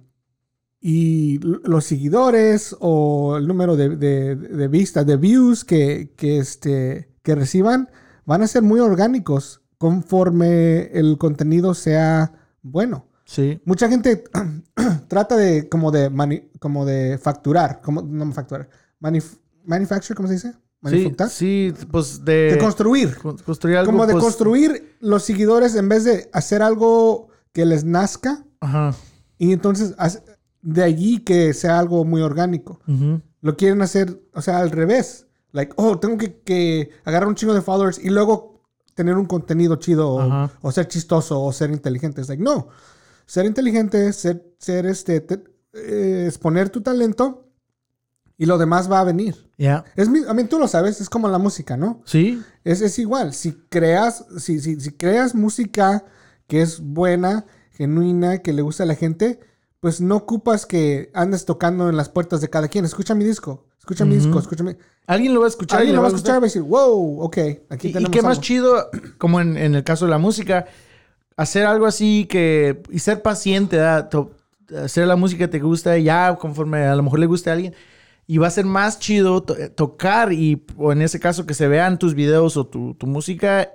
Speaker 2: y l- los seguidores o el número de, de- de vistas, de views que, que, este, que reciban van a ser muy orgánicos conforme el contenido sea bueno
Speaker 1: Sí.
Speaker 2: mucha gente (clears throat) trata de como de mani- como de facturar, como no facturar, manif- manufacture, ¿cómo se dice?
Speaker 1: Sí,
Speaker 2: Manufactar.
Speaker 1: sí, pues de,
Speaker 2: De construir.
Speaker 1: con- construir algo.
Speaker 2: como de
Speaker 1: pues,
Speaker 2: construir los seguidores en vez de hacer algo que les nazca
Speaker 1: Ajá.
Speaker 2: y entonces hace- de allí que sea algo muy orgánico.
Speaker 1: Ujú.
Speaker 2: Lo quieren hacer, o sea, al revés. Like, oh, tengo que, que agarrar un chingo de followers y luego tener un contenido chido o,
Speaker 1: Ajá.
Speaker 2: o ser chistoso o ser inteligente. Es like, no. Ser inteligente, ser, ser este, te- eh, exponer tu talento y lo demás va a venir.
Speaker 1: Ya.
Speaker 2: Es mi, a mí tú lo sabes, es como la música, ¿no?
Speaker 1: Sí.
Speaker 2: Es, es igual. Si creas, si, si, si creas música que es buena, genuina, que le gusta a la gente, pues no ocupas que andes tocando en las puertas de cada quien. Escucha mi disco, escucha mi disco, escucha mi.
Speaker 1: Alguien lo va a escuchar. y
Speaker 2: Alguien
Speaker 1: le
Speaker 2: lo va a
Speaker 1: gustar.
Speaker 2: escuchar y va a decir, wow, ok, aquí
Speaker 1: Y, y
Speaker 2: tenemos.
Speaker 1: qué más
Speaker 2: algo".
Speaker 1: chido, como en, en el caso de la música, hacer algo así que. y ser paciente, ¿verdad? To- hacer la música que te gusta y ya conforme a lo mejor le guste a alguien. Y va a ser más chido to- eh, tocar y, o en ese caso, que se vean tus videos o tu, tu música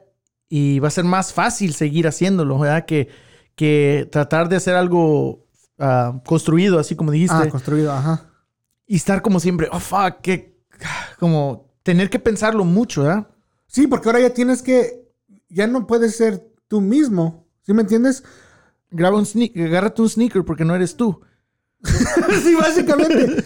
Speaker 1: y va a ser más fácil seguir haciéndolo, ¿verdad? Que, que tratar de hacer algo ah, construido, así como dijiste
Speaker 2: Ah, construido, ajá.
Speaker 1: y estar como siempre, oh fuck, que como tener que pensarlo mucho, ¿verdad?
Speaker 2: Sí, porque ahora ya tienes que. Ya no puedes ser tú mismo. ¿Sí
Speaker 1: (laughs)
Speaker 2: me entiendes?
Speaker 1: Graba un sne- agárrate un sneaker porque no eres tú.
Speaker 2: sí, (coughs) básicamente.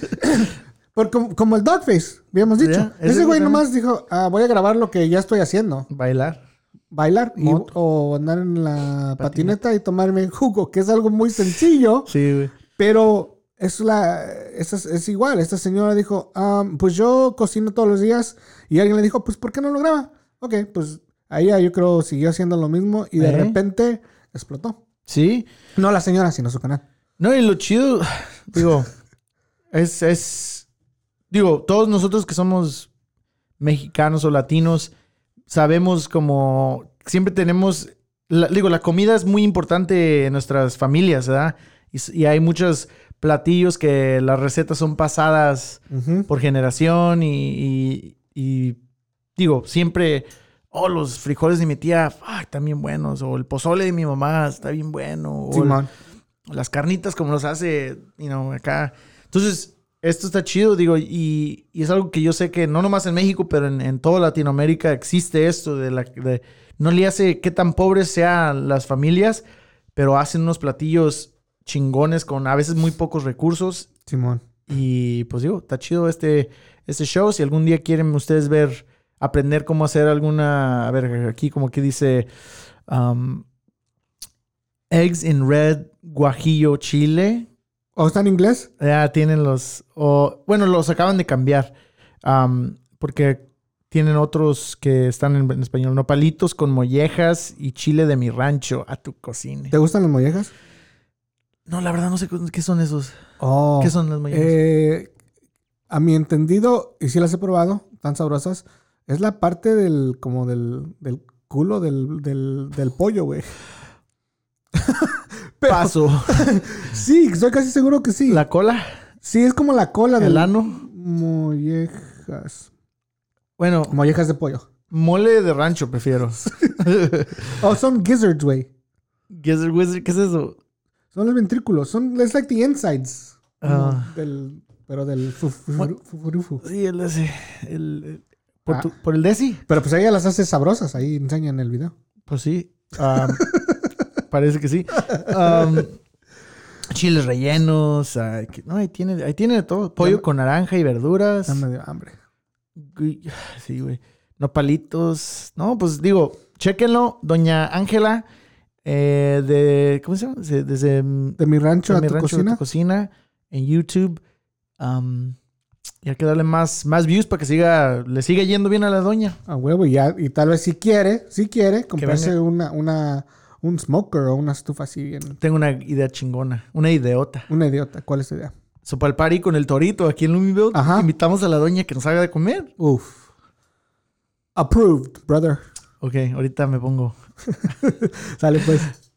Speaker 2: Porque como, como el Dogface, habíamos dicho.
Speaker 1: Ya, ese
Speaker 2: Ese güey
Speaker 1: también.
Speaker 2: nomás dijo, "Ah, voy a grabar lo que ya estoy haciendo.
Speaker 1: Bailar.
Speaker 2: bailar y-
Speaker 1: Moto.
Speaker 2: o andar en la patineta. y tomarme jugo, que es algo muy sencillo,
Speaker 1: Sí, güey.
Speaker 2: pero es, la, es, es igual. Esta señora dijo, "Am, pues yo cocino todos los días y alguien le dijo, pues ¿por qué no lo graba? Ok, pues ahí yo creo siguió haciendo lo mismo y de
Speaker 1: Ajá.
Speaker 2: repente explotó.
Speaker 1: Sí.
Speaker 2: No la señora, sino su canal.
Speaker 1: No, y lo chido, (sighs) digo, es, es, digo, todos nosotros que somos mexicanos o latinos, sabemos como, siempre tenemos, la- digo, la comida es muy importante en nuestras familias, ¿verdad? Y, s- y hay muchos platillos que las recetas son pasadas
Speaker 2: Ujú.
Speaker 1: por generación y, y- y, digo, siempre, oh, los frijoles de mi tía, fuck, están bien buenos, o el pozole de mi mamá está bien bueno, o el-
Speaker 2: Simón.
Speaker 1: las carnitas como los hace, you know, acá. Entonces, esto está chido, digo, y, y es algo que yo sé que no nomás en México, pero en, en toda Latinoamérica existe esto de la de no le hace qué tan pobres sean las familias, pero hacen unos platillos chingones con a veces muy pocos recursos
Speaker 2: Simón.
Speaker 1: y pues digo, está chido este, este show. Si algún día quieren ustedes ver, aprender cómo hacer alguna. A ver, aquí como que dice. um, Eggs in red, guajillo, chile.
Speaker 2: ¿O está en inglés?
Speaker 1: Ya tienen los. o- bueno, los acaban de cambiar. um, porque Tienen otros que están en, en español. Nopalitos con mollejas y chile de mi rancho a tu cocina.
Speaker 2: ¿Te gustan las mollejas?
Speaker 1: No, la verdad no sé cu- qué son esos.
Speaker 2: Oh.
Speaker 1: ¿Qué son las mollejas?
Speaker 2: Eh, a mi entendido, y sí las he probado, tan sabrosas, es la parte del, como del, del culo del, del, del pollo, güey. (laughs) pero-
Speaker 1: (laughs) Paso.
Speaker 2: Sí, estoy casi seguro que sí.
Speaker 1: La cola,
Speaker 2: Sí, es como la cola del...
Speaker 1: el ano.
Speaker 2: Mollejas.
Speaker 1: Bueno,
Speaker 2: Mollejas de pollo.
Speaker 1: mole de rancho prefiero.
Speaker 2: Oh, son gizzards, güey.
Speaker 1: Gizzard Wizard, (laughs) ¿qué es eso?
Speaker 2: Son los ventrículos. Son, it's like the insides.
Speaker 1: Ah.
Speaker 2: Como Del, pero del fu- fu-
Speaker 1: Bueno.
Speaker 2: fu- furufu.
Speaker 1: Sí, el ese. El, el- por,
Speaker 2: Ah.
Speaker 1: tu- por el Desi.
Speaker 2: Pero pues ella las hace sabrosas. Ahí enseñan el video.
Speaker 1: Pues sí. (laughs) Am, parece que sí. Am, chiles rellenos. ah, que- no, ahí tiene, ahí tiene de todo. Pollo
Speaker 2: me-
Speaker 1: con naranja y verduras.
Speaker 2: Ya me dio hambre.
Speaker 1: Uy, Sí, güey. No palitos. No, pues digo, chéquenlo. Doña Ángela, eh, de. ¿Cómo se llama? Se- Desde. mm,
Speaker 2: De mi rancho
Speaker 1: de
Speaker 2: a
Speaker 1: mi
Speaker 2: tu
Speaker 1: rancho a
Speaker 2: cocina.
Speaker 1: tu cocina en YouTube. Am, y hay que darle más, más views para que siga, le siga yendo bien a la doña.
Speaker 2: A huevo, y, ya, y tal vez si quiere, si quiere, comprarse
Speaker 1: venga.
Speaker 2: una, una, un smoker o una estufa así bien.
Speaker 1: Tengo una idea chingona, una ideota.
Speaker 2: Una idiota, ¿cuál es tu idea?
Speaker 1: Sopa al party con el torito aquí en Louisville.
Speaker 2: Ajá.
Speaker 1: Invitamos a la doña que nos haga de comer.
Speaker 2: Uf. Approved, brother.
Speaker 1: Ok, ahorita me pongo.
Speaker 2: Sale pues.